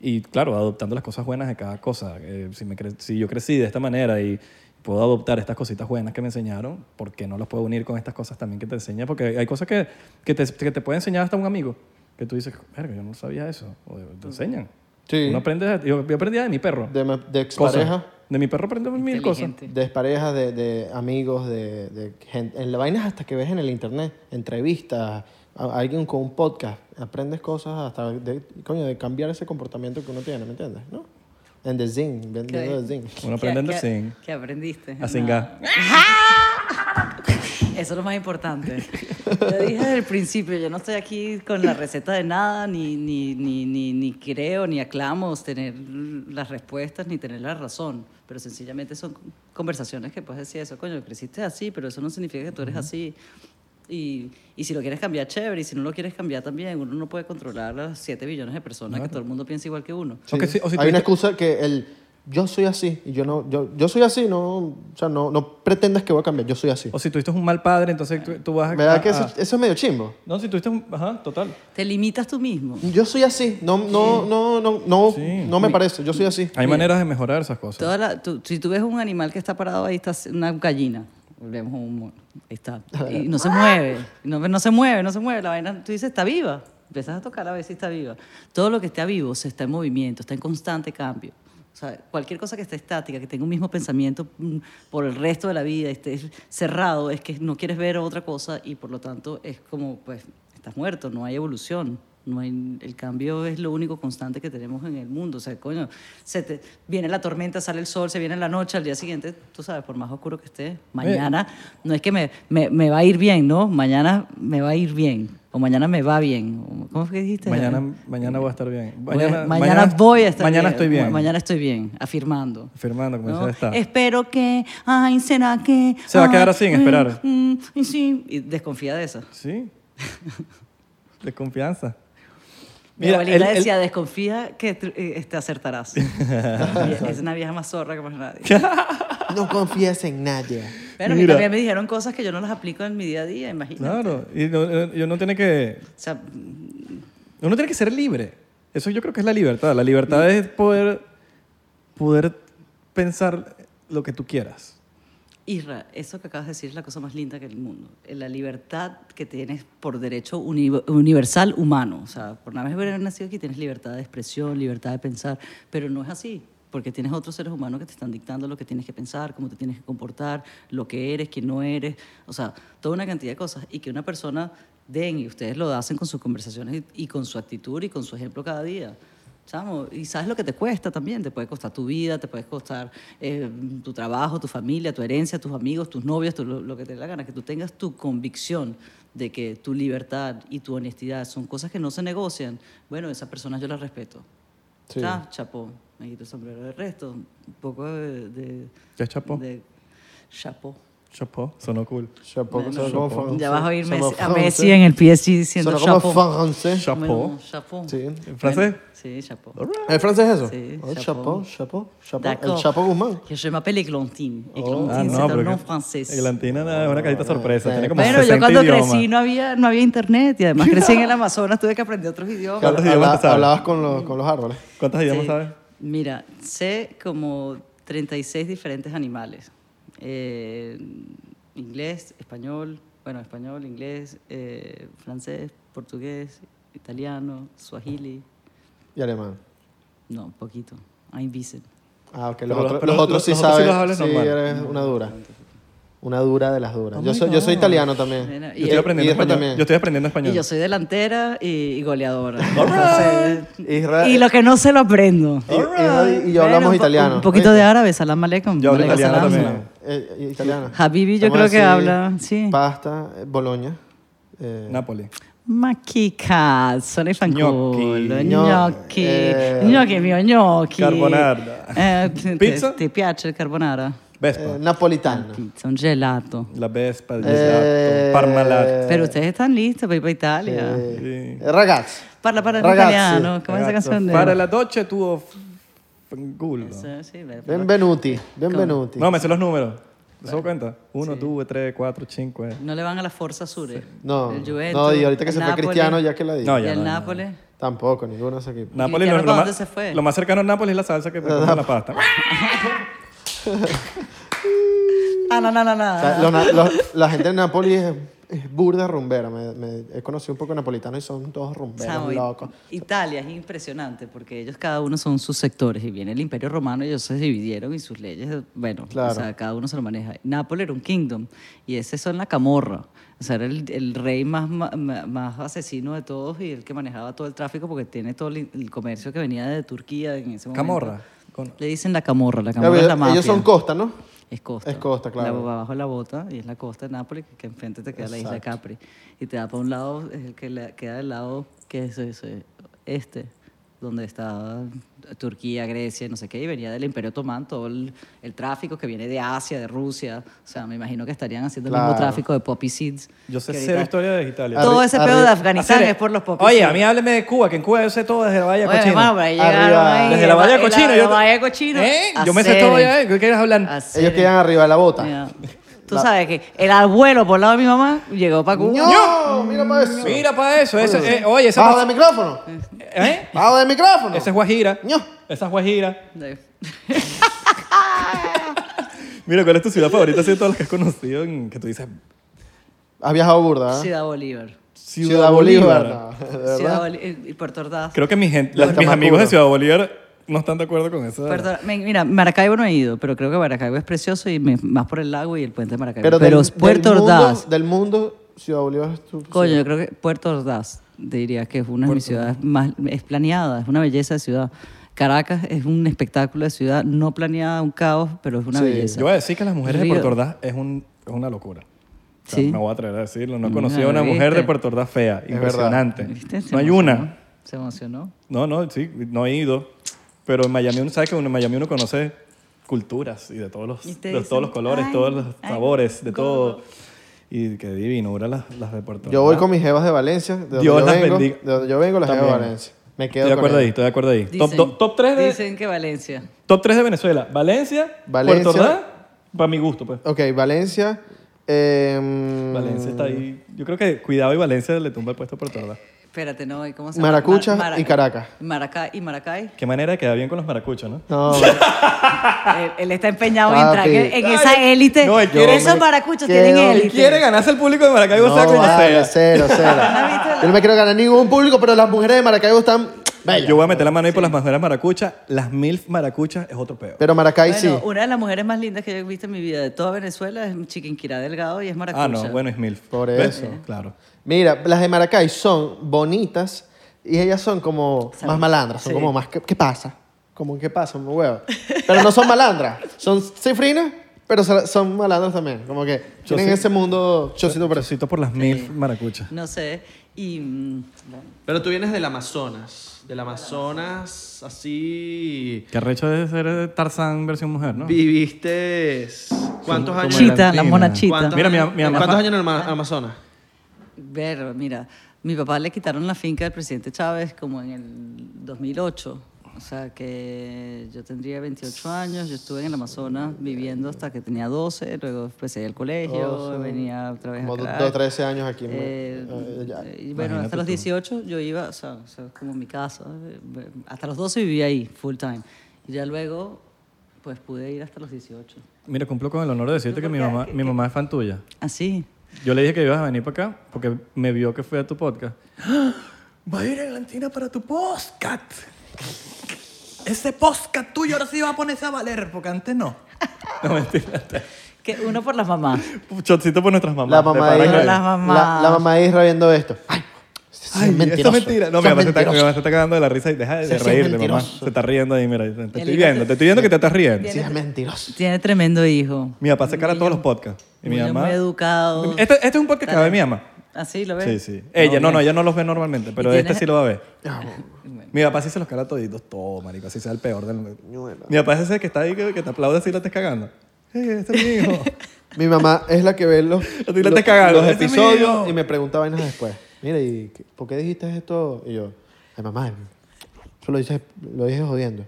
S2: Y claro, adoptando las cosas buenas de cada cosa. Eh, si, me cre- si yo crecí de esta manera y puedo adoptar estas cositas buenas que me enseñaron, ¿por qué no las puedo unir con estas cosas también que te enseña? Porque hay cosas que, que, te, que te puede enseñar hasta un amigo, que tú dices, verga, yo no sabía eso. O te enseñan.
S3: Sí.
S2: Uno aprende, yo, yo aprendí de mi perro.
S3: De, ma- de
S2: Cosas.
S3: expareja,
S2: De mi perro aprendo mil cosas.
S1: Inteligente.
S3: de exparejas, de, de amigos, de, de gente. En la vainas hasta que ves en el internet, entrevistas, a- alguien con un podcast, aprendes cosas hasta de, coño, de cambiar ese comportamiento que uno tiene, ¿me entiendes? ¿No? En The Zing, viendo The Zing.
S2: Uno aprende
S1: ¿Qué,
S2: a sing,
S1: qué aprendiste?
S2: a singar.
S1: Eso es lo más importante. Yo dije desde el principio, yo no estoy aquí con la receta de nada, ni, ni, ni, ni, ni creo, ni aclamo tener las respuestas, ni tener la razón. Pero sencillamente son conversaciones que puedes decir eso, coño, creciste así, pero eso no significa que tú eres así. Y, y si lo quieres cambiar, chévere, y si no lo quieres cambiar también, uno no puede controlar a las 7 billones de personas que todo el mundo piensa igual que uno.
S2: O que si- o si
S3: Hay
S2: tuviste-
S3: una excusa que el yo soy así y yo no yo, yo soy así, no, o sea, no, no pretendas que voy a cambiar, yo soy así.
S2: o si tuviste un mal padre, entonces tú, tú vas a...
S3: ¿Verdad que
S2: a-
S3: eso,
S2: a-
S3: eso es medio chimbo?
S2: No, si tuviste un... Ajá, total.
S1: Te limitas tú mismo.
S3: Yo soy así, no no no no no, no me parece, yo soy así.
S2: Hay maneras de mejorar esas cosas.
S1: Toda la- tú- si tú ves un animal que está parado ahí, está una gallina. Volvemos a un mono. Ahí está. Y no se mueve. No, no se mueve, no se mueve. La vaina, tú dices, está viva. Empiezas a tocar a ver si está viva. Todo lo que está vivo se está en movimiento, está en constante cambio. O sea, cualquier cosa que esté estática, que tenga un mismo pensamiento mm, por el resto de la vida, esté cerrado, es que no quieres ver otra cosa y por lo tanto es como, pues, estás muerto, no hay evolución. No hay- el cambio es lo único constante que tenemos en el mundo. O sea, coño, se te, viene la tormenta, sale el sol, se viene la noche, al día siguiente, tú sabes, por más oscuro que esté, mañana, no es que me, me- me va a ir bien, ¿no? Mañana me va a ir bien, o mañana me va bien. o- ¿Cómo fue que dijiste?
S2: Mañana, mañana voy a estar bien.
S1: Voy a- mañana, voy a estar
S2: Mañana
S1: bien.
S2: estoy bien.
S1: Ma- Mañana estoy bien, afirmando.
S2: Firmando, como
S1: ¿no?
S2: decía esta.
S1: Espero que, ay, será que.
S2: Se va a quedar
S1: ay,
S2: así en
S1: mm,
S2: esperar.
S1: mm, y sí, y desconfía de eso.
S2: Sí. Desconfianza.
S1: Mi
S2: Mira,
S1: abuelita
S2: el- el-
S1: decía, desconfía que tr- eh, te acertarás. Y es una vieja más zorra que más nadie.
S3: No confías en nadie.
S1: Bueno, a mí
S2: Mira.
S1: también me dijeron cosas que yo no las aplico en mi día a día, imagínate.
S2: Claro. Y no, eh, yo no tiene que...
S1: O sea, mm,
S2: Uno tiene que ser libre. Eso yo creo que es la libertad. La
S1: Mm.
S2: libertad es poder, poder pensar lo que tú quieras.
S1: Isra, eso que acabas de decir es la cosa más linda que el mundo. Eh, La libertad que tienes por derecho uni- universal humano. O sea, por nada más haber nacido aquí tienes libertad de expresión, libertad de pensar, pero no es así. Porque tienes otros seres humanos que te están dictando lo que tienes que pensar, cómo te tienes que comportar, lo que eres, quién no eres. O sea, toda una cantidad de cosas. Y que una persona den, y ustedes lo hacen con sus conversaciones y, y con su actitud y con su ejemplo cada día. Chamo, y sabes lo que te cuesta también, te puede costar tu vida, te puede costar eh, tu trabajo, tu familia, tu herencia, tus amigos, tus novios, tu- lo, lo que te dé la gana, que tú tengas tu convicción de que tu libertad y tu honestidad son cosas que no se negocian, bueno, esas personas yo las respeto.
S3: Sí.
S1: Ya, chapó, me quito el sombrero del resto, un poco de... de
S2: ¿Qué es chapó?
S1: de- chapó.
S2: Chapó, sonó cool.
S3: Chapeau,
S1: Bueno,
S3: sonó como francés.
S1: Ya vas a oír
S3: Sonó
S1: Messi- a
S3: francés.
S1: Messi en el PSG diciendo
S3: Sonó como
S1: chapó.
S3: francés.
S2: Chapeau.
S1: Bueno, chapó.
S3: Sí.
S2: ¿En francés?
S1: Bueno, sí, chapó.
S3: ¿Es francés eso?
S1: Sí,
S3: Oh,
S1: chapeau.
S3: chapeau, chapeau, chapeau.
S1: D'accord.
S3: El Chapo Guzmán.
S1: Je m'appelle Eglantine. Eglantine,
S2: Ah,
S1: c'est un
S2: pero
S1: nom
S2: que-
S1: francés.
S2: Eglantina nada, es una carita sorpresa.
S3: sí.
S2: Tiene como
S1: Bueno,
S2: 60
S1: yo cuando
S2: idiomas.
S1: crecí no había, no había internet y además crecí en el Amazonas, tuve que aprender otros idiomas.
S2: ¿Cuántos
S3: Habla-
S2: idiomas te sabes?
S3: Hablabas con los, con los árboles.
S2: ¿Cuántos idiomas
S1: Sí.
S2: sabes?
S1: Mira, sé como 36 diferentes animales. Eh, inglés, español, bueno, español, inglés, eh, francés, portugués, italiano, swahili.
S3: Y alemán.
S1: No, poquito. Ahí dicen.
S3: Ah, ok.
S2: Pero
S3: Los,
S2: los-
S3: otros,
S2: pero
S3: los otros sí
S2: los otros sí
S3: saben.
S2: los hablas
S3: sí,
S2: normal.
S3: eres una dura. Una dura de las duras.
S2: Oh
S3: yo,
S2: my
S3: soy, yo soy
S2: God.
S3: italiano también.
S1: Mira,
S2: Yo estoy aprendiendo
S3: Isra
S2: español. Yo estoy aprendiendo
S1: Y
S2: español.
S1: yo soy delantera y, y goleadora.
S3: Isra-
S1: Y lo que no se lo aprendo.
S3: Y- Isra y yo
S1: Bueno,
S3: hablamos
S1: un po-
S3: italiano.
S1: Un poquito
S3: ¿viste?
S1: de árabe, salam aleikum.
S2: Yo hablo
S1: aleikum
S2: italiano
S1: salam.
S2: también.
S3: Eh, eh, italiano.
S1: Habibi, yo
S3: Vamos
S1: creo
S3: a
S1: que
S3: decir
S1: habla, sí.
S3: Pasta, eh, Boloña. eh,
S2: Napoli.
S1: Ma che cazzo, le fan
S2: Gnocchi.
S1: culo,
S3: Gno-
S1: gnocchi,
S3: eh,
S1: gnocchi mio gnocchi.
S2: Carbonara.
S1: Eh, te-
S2: Pizza?
S1: Ti piace il carbonara?
S2: Vespa.
S3: eh, napolitano.
S1: Pizza, un gelato.
S2: La Vespa, el
S3: Eh,
S2: Gelato, Parmalat.
S1: Pero ustedes están listos para ir para Italia.
S3: Eh, Ragazzi.
S1: Parla, parla in
S3: Ragazzi,
S1: italiano, come esa
S3: ragazzo,
S1: canción de...
S2: Para la doce tuvo fangullo.
S1: Eh, sì, beh, però-
S3: Benvenuti. Benvenuti.
S2: No, me sé los números. ¿Te das cuenta? Uno, dos, tres, cuatro, cinco. eh.
S1: No le van a la Forza Sur, eh.
S3: No,
S1: El Juventus,
S3: no, y ahorita que
S1: el
S3: se fue
S1: Napoli,
S3: Cristiano, ya que la di.
S2: No,
S1: y
S2: ya
S1: el
S2: no, ya no.
S1: Napoli.
S3: Tampoco, ninguno de esos equipos.
S2: Napoli,
S1: Cristiano,
S2: lo, lo
S1: ¿para
S2: más,
S1: dónde se fue?
S2: lo más cercano a Nápoles es la salsa que te pones en la pasta.
S1: Ah, no, no, no, no.
S3: O sea, los na- los- la gente de Napoli es, es burda rumbera. Me, me- he conocido un poco napolitano y son todos rumberos,
S1: Chamo,
S3: locos.
S1: I- Italia es impresionante porque ellos cada uno son sus sectores y viene el Imperio Romano ellos se dividieron y sus leyes, bueno,
S3: Claro.
S1: o sea, cada uno se lo maneja. Nápoles era un kingdom y ese son la camorra. O sea, era el, el rey más, ma- ma- más asesino de todos y el que manejaba todo el tráfico porque tiene todo el, el comercio que venía de Turquía en ese momento.
S2: Camorra. Con-
S1: Le dicen la camorra, la
S3: Claro,
S1: camorra es la
S3: ellos-
S1: mafia.
S3: ellos son costa, ¿no?
S1: Es costa.
S3: Es costa, claro.
S1: La- abajo es la bota y es la costa de Nápoles, que, que enfrente te queda la isla
S3: Exacto.
S1: Capri. Y te da para un lado, es el que le- queda del lado que es ese, este, donde está Turquía, Grecia, y no sé qué, y venía del Imperio Otomán todo el, el tráfico que viene de Asia, de Rusia. O sea, me imagino que estarían haciendo el
S3: Claro.
S1: mismo tráfico de poppy seeds.
S2: Yo sé
S1: que
S2: cero
S1: ahorita-
S2: historia de Italia.
S1: Todo
S3: Arri-
S1: ese pedo de
S3: arri-
S1: Afganistán
S2: Hacer-
S1: es por los poppy
S2: Oye,
S1: seeds.
S2: a mí hábleme de Cuba, que en Cuba yo sé todo desde la Valle
S1: Oye,
S2: Cochina.
S1: hermano, pero ahí llegaron
S3: Arriba.
S1: ahí,
S2: desde la Valle
S1: y
S2: Cochina.
S1: La,
S2: yo
S1: la
S2: te-
S1: Bahía Cochina.
S2: ¿Eh? Yo me sé todo
S1: Hacer-
S2: allá. ¿eh? ¿Qué quieres hablar?
S1: hacer-
S3: Ellos quedan arriba de la bota.
S1: Mira, Tú sabes que el abuelo por el lado de mi mamá llegó para Cuba.
S3: ¡No! Mira para eso.
S2: Mira para eso. Eso, eh, oye, eso
S3: ¡Bajo
S2: no-
S3: del micrófono!
S2: ¿Eh?
S3: ¡Bajo del micrófono!
S2: Esa es Guajira.
S3: Ño.
S2: Esa es Guajira.
S1: De-
S2: Mira, ¿cuál es tu ciudad favorita así de todas las que has conocido? en- que tú dices
S3: Has viajado
S2: Ah.
S3: burda, ¿eh?
S1: Ciudad Bolívar.
S2: Ciudad, Bolívar.
S3: no, de verdad.
S1: Ciudad Bolívar. Y Puerto Ordaz.
S2: Creo que mi gente,
S3: Los
S2: las- mis
S3: Tamacuro.
S2: amigos de Ciudad Bolívar no están de acuerdo con eso.
S1: Puerto Ordaz- me- Mira, Maracaibo no he ido, pero creo que Maracaibo es precioso y me- más por el lago y el puente de Maracaibo. Pero,
S3: del-
S1: es Puerto
S3: del mundo-
S1: Ordaz.
S3: Del mundo, Ciudad Bolívar es tu.
S1: Coño, yo creo que Puerto Ordaz, diría que es una de mis ciudades más. Es planeada, es una belleza de ciudad. Caracas es un espectáculo de ciudad, no planeada, un caos, pero es una
S3: Sí.
S1: belleza.
S2: Yo voy a decir que las mujeres
S1: Río.
S2: de Puerto Ordaz es, un, es una locura. O sea,
S1: Sí.
S2: Me voy a atrever a decirlo. No he
S1: Mira,
S2: conocido a una mujer
S1: ¿viste?
S2: de Puerto Ordaz fea.
S3: verdad.
S2: Impresionante.
S1: ¿Viste? Se
S2: No hay
S1: emocionó.
S2: una.
S1: Se emocionó.
S2: No, no, sí, no he ido. Pero en Miami uno sabe que uno- en Miami uno conoce culturas y de todos los,
S1: Y te
S2: de
S1: dicen,
S2: todos los colores,
S1: "Ay,
S2: todos los
S1: ay,
S2: sabores, de
S1: gordo".
S2: todo. Y qué divinura las, las de Puerto
S3: Yo voy con mis jevas de Valencia. De donde
S2: Dios
S3: yo
S2: las
S3: vengo,
S2: bendiga.
S3: De donde yo vengo, las jevas de
S2: También.
S3: Valencia. Me quedo
S2: Estoy de
S3: con
S2: acuerdo ahí,
S3: ellas.
S2: estoy de acuerdo ahí. Top,
S1: Dicen-
S2: do- top 3 de,
S1: Dicen que Valencia.
S2: Top 3 de Venezuela. Valencia,
S3: Valencia.
S2: Puerto Ordaz, para mi gusto, pues.
S3: Ok, Valencia. em,
S2: Valencia está ahí. Yo creo que Cuidado y Valencia le tumba el puesto a Puerto Ordaz.
S1: Espérate, no, ¿y ¿cómo se llama?
S3: Maracucha y Caracas.
S1: Maracay y Maracay.
S2: Qué manera de quedar bien con los maracuchos, ¿no?
S3: No,
S1: Él, él está empeñado en entrar
S3: Papi.
S1: en, en esa élite.
S2: no, él quiere-
S1: Esos maracuchos tienen
S3: Quiero-
S1: élite.
S2: Quiere ganarse el público de Maracaibo,
S3: no,
S2: sea como sea.
S3: vale, cero, cero. Yo no me quiero ganar ningún público, pero las mujeres de Maracaibo están bellas.
S2: Yo voy a meter la mano ahí por las maneras maracuchas. Las mil maracuchas es otro peo.
S3: Pero Maracay
S1: Bueno,
S3: sí.
S1: una de las mujeres más lindas que yo he visto en mi vida de toda Venezuela es Chiquinquirá Delgado y es maracucha.
S2: Ah, no, bueno, es mil.
S3: Por eso.
S2: Claro.
S3: Mira, las de Maracay son bonitas y ellas son como más malandras, son como más, ¿qué, qué pasa? Como, ¿qué pasa? mi huevo. Pero no son malandras, son cifrinas, pero so- son malandras también. Como que tienen
S2: sí.
S3: ese mundo chocito por
S2: Chocito por las mil maracuchas.
S1: No sé. Y mm, bueno,
S6: Pero tú vienes del Amazonas. Del Amazonas, así.
S2: Qué arrecho de ser eh, Tarzán versión mujer,
S1: Ah.
S2: ¿no?
S6: Viviste. ¿Cuántos
S2: Como
S6: años?
S1: Chita, la
S2: Argentina.
S1: mona chita.
S6: ¿Cuántos
S2: Mira, mi-
S6: años-
S2: mi Ah. mamá-
S6: ¿Cuántos años en el Ama- Amazonas?
S1: Ver, mira, mi papá le quitaron la finca del presidente Chávez como en el 2008. O sea que yo tendría 28 años, yo estuve en el Amazonas viviendo hasta que tenía 12, luego empecé el colegio,
S3: Oh, sí.
S1: venía otra vez
S3: Como
S1: acá.
S3: 12, 13 años aquí. me-
S1: Eh,
S3: eh, ya.
S1: y bueno, hasta los 18 yo iba, o sea, o sea, como mi casa. eh, Hasta los 12 vivía ahí, full time. Y ya luego, pues pude ir hasta los 18.
S2: Mira, cumplo con el honor de decirte que mi mamá, mi mamá es fan tuya.
S1: Así.
S2: Yo le dije que ibas a venir para acá porque me vio que fui a tu podcast. ¡Ah! Va a ir Atlantina para tu podcast. Ese podcast tuyo ahora sí va a ponerse a valer, porque antes no. No, mentira.
S1: Que uno por las mamás.
S2: Un Chocito por nuestras mamás.
S3: La
S2: de
S3: mamá
S2: pana
S3: de
S2: que-
S3: Isra,
S1: Las
S3: la,
S1: mamás.
S3: la mamá de Isra viendo esto. Ay, eso
S2: Ay,
S3: es
S2: esto
S3: mentiroso.
S2: es mentira. No, mi
S3: eso es
S2: mamá, se está, mi
S3: mentiroso.
S2: mamá se está cagando de la risa y deja de,
S3: Sí, sí, es
S2: reírte, mamá.
S3: mentiroso.
S2: Se está riendo ahí, mira. Te estoy
S1: El hijo
S2: viendo,
S1: te-
S2: te estoy viendo que te estás riendo.
S3: Sí, es mentiroso.
S1: Tiene tremendo hijo.
S2: Mi papá se cara todos los podcasts. Y mi
S1: Muy-
S2: mamá...
S1: muy educado.
S2: Este, este es un podcast que va a ver mi mamá.
S1: Así lo ves.
S2: Sí, sí. Ella, no, no, ella no los ve normalmente, pero este
S1: tienes-
S2: sí lo va a ver. Mi papá sí se los cala toditos, todo, marico, así sea el peor del mundo. Mi papá es ese que está ahí, que, que te aplaude así y lo estés cagando. Eh, este es mi hijo.
S3: Mi mamá es la que ve los,
S2: A ti la estás cagando,
S3: los
S2: ese es mi hijo.
S3: episodios y me pregunta vainas después. Mira, ¿y qué- por qué dijiste esto? Y yo, ay, mamá, eso lo dices, lo dices jodiendo.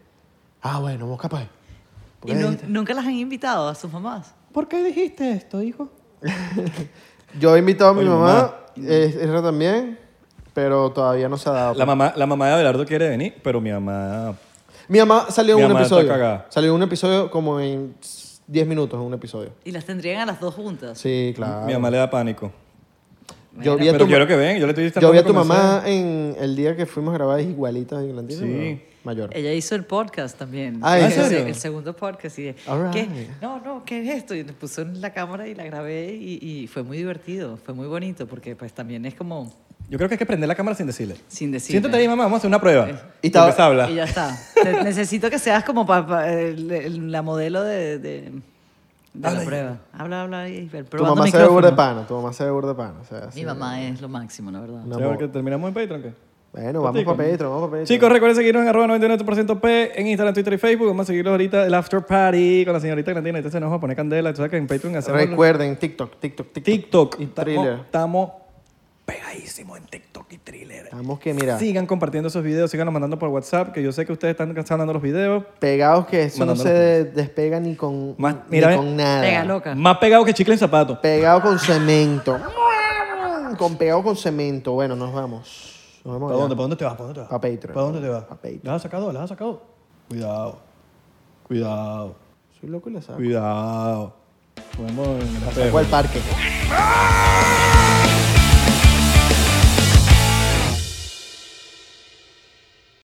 S3: Ah, bueno, vos capaz. ¿Por
S1: Y
S3: qué,
S1: nu-
S3: dijiste?
S1: nunca las han invitado a sus mamás.
S2: ¿Por qué dijiste esto, hijo?
S3: Yo he invitado a mi
S2: Oye,
S3: mamá, eh, Isra también, pero todavía no se ha dado.
S2: La mamá, la mamá de Abelardo quiere venir, pero mi mamá...
S3: mi mamá salió
S2: Mi
S3: en un
S2: mamá está
S3: episodio.
S2: cagada.
S3: Salió en un episodio como en 10 minutos, en un episodio.
S1: Y las tendrían a las dos juntas.
S3: Sí, claro.
S2: Mi mamá le da pánico.
S3: yo Ah, vi a
S2: Pero
S3: tu,
S2: quiero que ven, yo le estoy
S3: yo vi a
S2: tratando de
S3: tu
S2: convencer.
S3: mamá en el día que fuimos a grabar igualitas en Irlandina.
S2: Sí.
S3: pero Mayor.
S1: Ella hizo el podcast también.
S3: Ah, ¿en
S1: Hizo
S2: serio?
S1: El segundo podcast. Y de,
S3: All right.
S1: ¿qué? No, no, ¿qué es esto? Y me puso en la cámara y la grabé y, y fue muy divertido, fue muy bonito porque pues también es como
S2: Yo creo que hay que prender la cámara sin decirle.
S1: sin decir. ¿eh?
S2: Siéntate ahí, mamá, vamos a hacer una prueba.
S3: Y
S2: Y
S3: estaba-
S2: estaba... habla.
S1: Y ya está. Te- necesito que seas como pa- pa- el- el- la modelo de, de- de la prueba. Habla, habla y
S3: Tu
S1: probando
S3: mamá se ve
S1: micrófono.
S3: burda de pana, tu mamá se ve burda de pana. o sea,
S1: Mi
S3: sí.
S1: mamá es lo máximo, la verdad.
S3: No.
S2: Sí, porque terminamos en Patreon, ¿qué?
S3: Bueno, vamos para Pedro, vamos para Pedro.
S2: Chicos, recuerden seguirnos en arroba 99% P en Instagram, Twitter y Facebook. Vamos a seguirlos ahorita el After Party con la señorita Grantina. Entonces nos vamos a poner candela. Tú sabes que en Patreon hacemos
S3: recuerden TikTok, TikTok, TikTok.
S2: TikTok.
S3: y
S2: Estamos-
S3: Thriller.
S2: Estamos pegadísimos en TikTok y Thriller.
S3: Estamos que, mira,
S2: Sigan compartiendo esos videos, síganos mandando por WhatsApp, que yo sé que ustedes están cansados de los videos.
S3: pegados que eso no
S2: Mandando
S3: se
S2: los
S3: de- despega ni con,
S2: Más-
S3: ni
S2: mira, ve.
S3: con nada.
S1: Pega loca.
S2: Más pegados que chicle en zapato.
S3: Pegado con cemento. con pegado con cemento. Bueno, nos vamos. Nos vemos
S2: ¿Para
S3: allá.
S2: dónde? ¿Para dónde te vas? ¿Para dónde te vas?
S3: Pa' Patreon.
S2: ¿Para dónde te vas?
S3: Pa' Patreon.
S2: ¿Las has sacado? ¿Las has sacado? Cuidado. Cuidado.
S3: Soy loco y la saco.
S2: Cuidado. Podemos...
S3: Saco al parque.